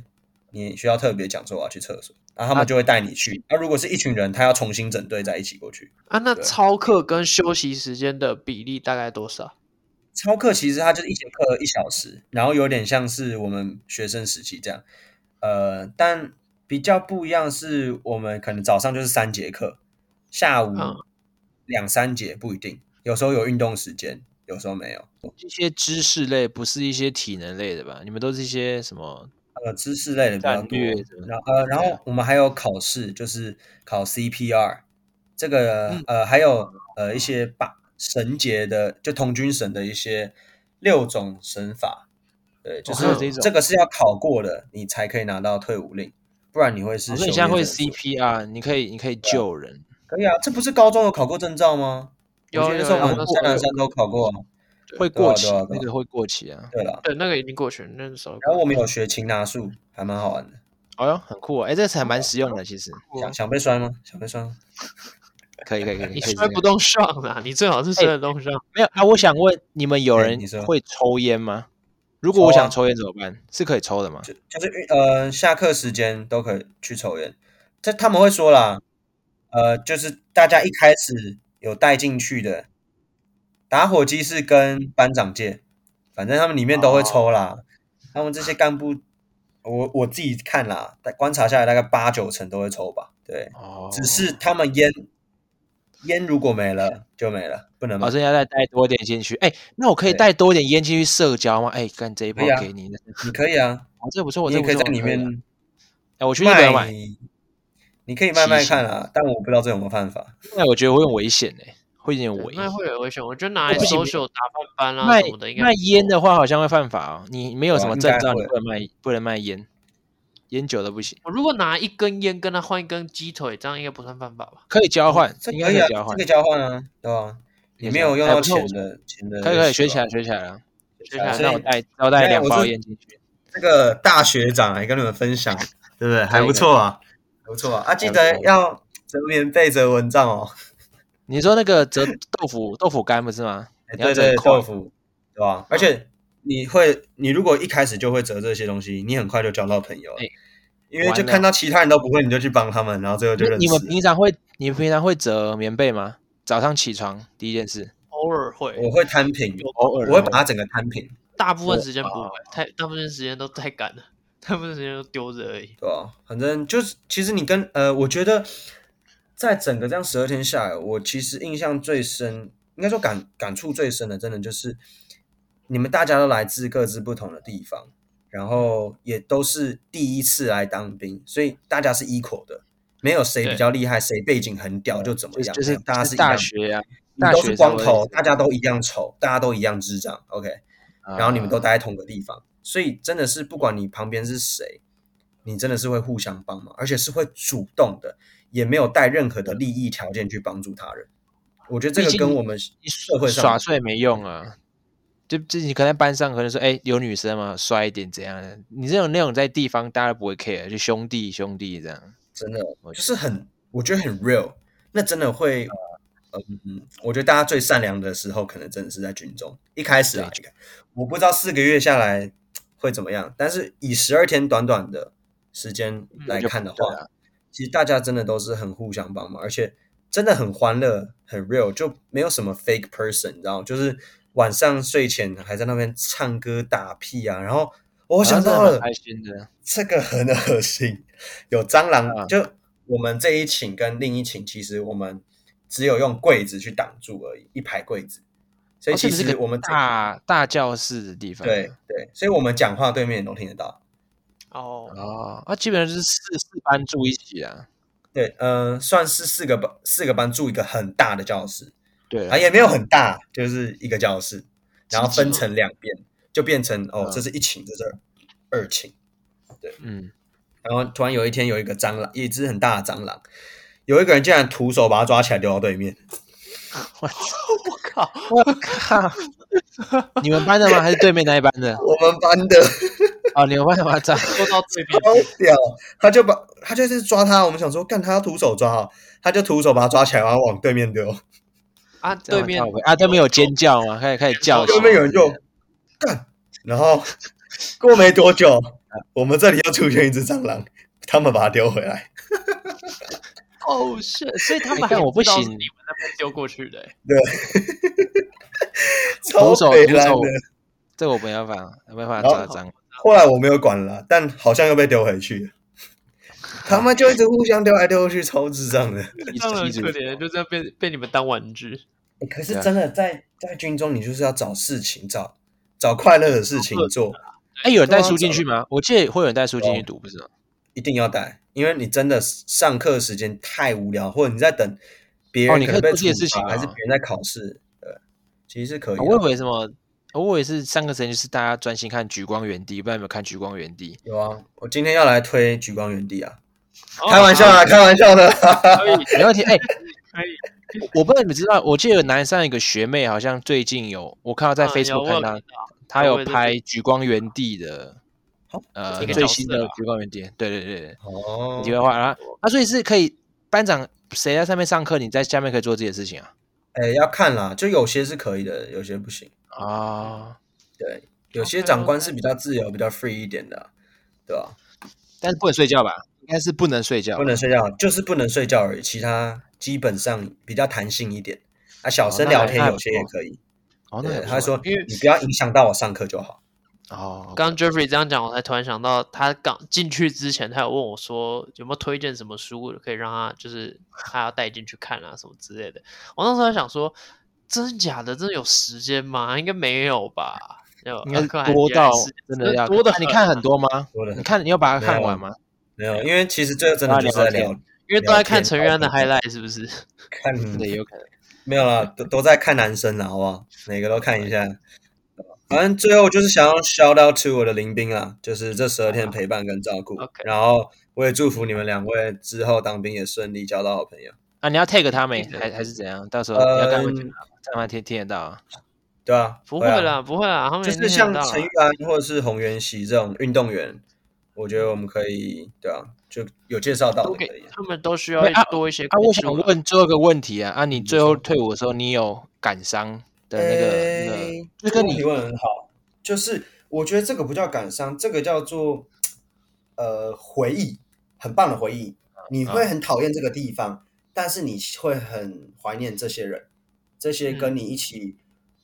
你需要特别讲说我要去厕所，然后
啊
他们就会带你去。那、如果是一群人，他要重新整队再一起过去。
啊，那
对
操课跟休息时间的比例大概多少？
操课其实它就是一节课一小时，然后有点像是我们学生时期这样。呃，但比较不一样是我们可能早上就是三节课，下午
嗯
两三节不一定，有时候有运动时间，有时候没有。
一些知识类，不是一些体能类的吧？你们都是一些什么？
呃知识类的比较
战
多
略什么，
然后呃，然
对
后
啊
我们还有考试，就是考 CPR，这
嗯
个呃还有呃一些把绳结的，就童军绳的一些六种绳法，对，就
哦
是
还有这种
个是要考过的，你才可以拿到退伍令，不然你会是
哦
休
所以
业
你
证书。
现在会 CPR，你可以你可以救人。
可以啊，这不是高中有考过证照吗？
有
我记得
有
是我
有
们
那时候
三两
有
三都考过啊。
会过期
对啊，对啊
那
对
个会过期啊！
对了，
对，那个已经过去了，那时候
然后我们有学擒拿术，还蛮好玩的。
哎呦，很酷哦！哎，这次还蛮实用的，其实
过
想想被摔吗？想被摔吗？
可以可以 可以。可以
你
可以
摔不动上啊，你最
哎
好是摔得动上。
没有啊？我想问你们，有
哎
人
你说
会抽烟吗？如果我
抽啊
想抽烟怎么办？是可以抽的吗？
就就是运呃下课时间都可以去抽烟。这他们会说啦，呃，就是大家一开始有带进去的，打火机是跟班长借，反正他们里面都会抽啦。
哦
他们这些干部，我我自己看啦，观察下来大概八九成都会抽吧。对，
哦，
只是他们烟烟如果没了就没了，不能买
老师哦要再带多一点进去。哎，那我可以
对
带多一点烟进去社交吗？哎，干这一包
可以啊
给你，
你可以啊，
哦，这不错，我
你
这
也
不
可以
错
在
我
里
可以啊
面
哎，我去日本有
卖
买，，
你可以慢慢
骑行
看啦，但我不知道这有没有犯法。
那我觉得会很危险哎，会有点危。
那会有危险。我觉得拿来
哎不行
social 打饭班啦、
卖
什么的，应该
卖
不错
烟的话好像会犯法哦，你没有什么
哦
证照，
应
你
该会
不能卖不能卖烟，烟酒都不行，
我如果拿一根烟跟他换一根鸡腿，这样应该不算犯法吧？
可以交换，
这
应
可
该
以
以
啊，
交换
这，个交换啊，对吧？也没有用
还
到
不错
钱的钱的，
可以可以学起来学起来了。
学起来
所以
那我带要带两包烟进去，
这个大学长来跟你们分享，对不对？还不错啊，还不错啊！啊，记
还
得
不错
要折棉被、折蚊帐哦。
你说那个折豆腐豆腐干不是吗？
哎
你要
对
折嗯
对，
块
豆，腐，对吧？而且你会，你如果一开始就会折这些东西，你很快就交到朋友了
哎，
因为
完
就
了
看到其他人都不会，你就去帮他们，然后最后就认
你
识
你们
了。
平常会你们平常会折棉被吗？早上起床第一件事，
偶尔会，
我会摊平，
偶尔哦
我会把它整个摊平，
大部分时间不
啊
会，太大部分时间都太赶了，大部分时间都丢着 而已。
对吧？反正就是，其实你跟呃，我觉得在整个这样十二天下来，我其实印象最深，应该说感感触最深的，真的就是你们大家都来自各自不同的地方，然后也都是第一次来当兵，所以大家是 equal 的，没有谁
对
比较厉害，谁背景很屌就怎么
就
样，
就是
大家
就是
一样
大学啊，
你都
大
是
学
光
稍微
头，大家都一样丑，大家都一样智障，OK。然后你们都
啊
待在同个地方，所以真的是不管你旁边是谁，你真的是会互相帮忙，而且是会主动的，也没有带任何的利益条件去帮助他人。我觉得这个
毕竟
跟我们社会上
耍帅没用啊。就就你可能在班上可能说，哎、有女生嘛，帅一点怎样的？你这种那种在地方大家都不会 care，就兄弟兄弟这样。
真的
我
就是很，我觉得很 real，那真的会，
呃
嗯，我觉得大家最善良的时候，可能真的是在军中一开始啊，一开我不知道四个月下来会怎么样，但是以十二天短短的时间来
就
看的
对
话，
啊
其实大家真的都是很互相帮忙，而且真的很欢乐，很 real，就没有什么 fake person，你知道吗？就是晚上睡前还在那边唱歌打屁啊，然后我
我
想到了，
开心的，
这个很恶心， 有蟑螂。
啊
就我们这一寝跟另一寝，其实我们只有用柜子去挡住而已，一排柜子。所以
哦这
其
个是
实
个
我们、
大大教室的地方。
对对，所以我们讲话对面也都听得到。
哦，
哦，啊，基本上就是四四班住一起啊。
对，嗯、算是四个班，四个班住一个很大的教室，
对
啊，也没有很大，就是一个教室，然后
几
分
几
成两边，就变成哦，
嗯
这是一寝，这是二寝。
嗯，
然后突然有一天有一个蟑螂，一只很大的蟑螂，有一个人竟然徒手把它抓起来丢到对面，
我靠，
我靠， 你们班的吗？还是对面那一班的？
我们班的
哦，你们班的吗？这样
说到这边，
超屌，他就把他就是抓他，我们想说干他要徒手抓啊，他就徒手把他抓起来，然后往对面丢，
啊，对面
这样靠北啊，对面有尖叫吗？开始开始叫起来，
对面有人就干，然后过没多久，我们这里又出现一只蟑螂，他们把它丢回来，
哦是，所以他们
哎
还
干我不
知道
行
是你们那边丢过去的欸、
超
徒手
北
徒
蓝
手
的。
这我没办法，没办法
然后
抓脏。
后来我没有管了，但好像又被丢回去了。他们就一直互相丢来丢去，超智障的。
一
他们
直
很
一直
可怜，就这样被被你们当玩具。
欸可
对
是
啊
真的在在军中，你就是要找事情找，找快乐的事情做，
哎，有人带
对啊
书进
走
去吗？我记得会有人带书进去
有
读，不是吗？
一定要带，因为你真的上课时间太无聊，或者你在等别
哦
人
你
可能
可以做
被
自己的
处
事情
罚，
啊
还是别人在考试，对，其实是可以
啊我以
的。
为什么？我以为是上课时间就是大家专心看《橘光原地》，不知道有没有看《橘光原地》？
有啊，我今天要来推《举光原地》啊，
哦
开玩笑
好
啊
啦，开玩笑的。
可以
没问题。 哎、
可以，
我不知道你们知道，我记得有南山有个学妹，好像最近有我看到在
嗯有
Facebook
我有
看到，
看到
她
有
有
我也在
拍《橘光原地》的，呃，
这个
最
角
新
色
的
啊
《橘光原地》。对对对对，
哦
题外话，然后啊，所以是可以班长谁在上面上课，你在下面可以做自己的事情啊。
哎、要看啦，就有些是可以的，有些不行。
哦，
对，有
OK，
些长官是比较自由、比较 free 一点的啊、对吧、
但是不能睡觉吧？应该是不能睡觉吧。
不能睡觉，就是不能睡觉而已，其他基本上比较弹性一点。啊，小
哦
声聊天有些也可以。
哦，那
对，
很
他说
因为
你不要影响到我上课就好。
哦，
刚刚 Jeffrey 这样讲，我才突然想到，他刚进去之前，他有问我说有没有推荐什么书可以让他就是他要带进去看啊什么之类的。我那时候还想说，真的假的？真的有时间吗？应该没有吧？有
应该
啊
是
可能还
呃多
原来
到
是
真的要
多的
看。你看很多吗？
多得很
你看你有把它
没
看
有啊嗯
完吗？
没有，因为其实最后真
啊
的就是在
大家聊
聊，
因为都在看
聊天
陈玉安的
聊天
highlight 是不是？
看
对，有可能。
没有啦，都都在看男生啊啦，好不好？每个都看一下。
嗯
反正最后就是想要 shout out to 我的林兵啦，就是这十二天陪伴跟照顾。
啊 OK
然后我也祝福你们两位之后当兵也顺利，交到好朋友，
啊，你要 take 他没，
Take
还还是怎样？到时候你要跟他们讲
嗯
啊，这样他听听得到啊。
对吧、
不会
啊，
啦，不会啦，他们
就
一
是
定
像
想到啊
陈
啦
玉安或者是洪元喜这种运动员，我觉得我们可以对啊，就有介绍到
都
的
给
可以。
他们都需要
没啊
多一些
啊，
关
我
注
想
啦
问最后一个问题啊，啊，
嗯
你最后退伍的时候，你有感伤的那个那个
诶
就跟你
这个提问很好，就是我觉得这个不叫感伤，这个叫做呃回忆，很棒的回忆。你会很讨厌这个地方，但是你会很怀念这些人，这些跟你一起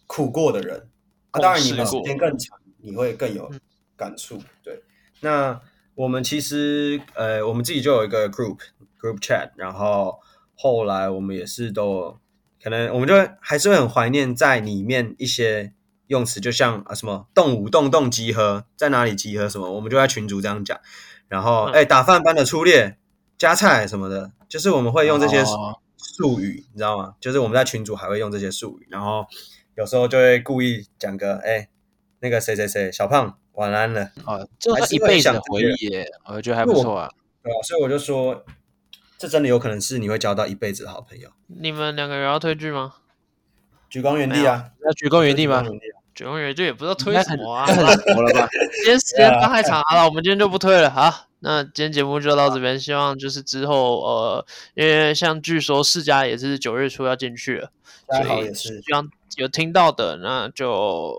苦过的人。啊、
共
当然，你
事
们时
过
间更长，你会更有感触。对，那我们其实呃，我们自己就有一个 group group chat，然后后来我们也是都有可能我们就还是会很怀念在里面一些用词，就像啊什么动武动动集合，在哪里集合什么，我们就在群组这样讲。然后
嗯
哎、打饭班的粗略加菜什么的，就是我们会用这些
哦
术语，你知道吗？就是我们在群组还会用这些术语，然后有时候就会故意讲个哎、那个谁谁谁小胖晚安了，
哦，这
还
是
是
一
会
辈子
想
的
这
回
些
忆耶，我觉得还
因为
不
我
错啊。
对吧、所以我就说，这真的有可能是你会交到一辈子的好朋友。
你们两个人要推剧吗？
举光原地啊，
要举公园地 吗
举？光原地啊
九公园就也不知道推
应该
什
很
么啊。
很熟了吧？
今天时间不太长，好了，我们今天就不推了。好，那今天节目就到这边，希望就是之后呃，因为像据说世家也是九月初要进去了，
大家好
所以
也是
希望有听到的那就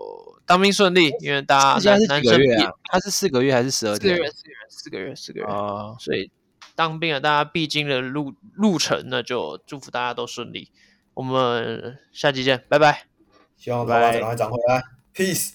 当兵顺利，因为大 家
现
男
在是
男
几
生
个
毕
月
业
啊？他是四个月还是十二
四个
天？
月，四个月，四个月，四个月，
哦，
所以当兵的大家必经的路路程呢，就祝福大家都顺利。我们下期见，拜拜。
希望我爸爸
拜
赶快长回来，peace。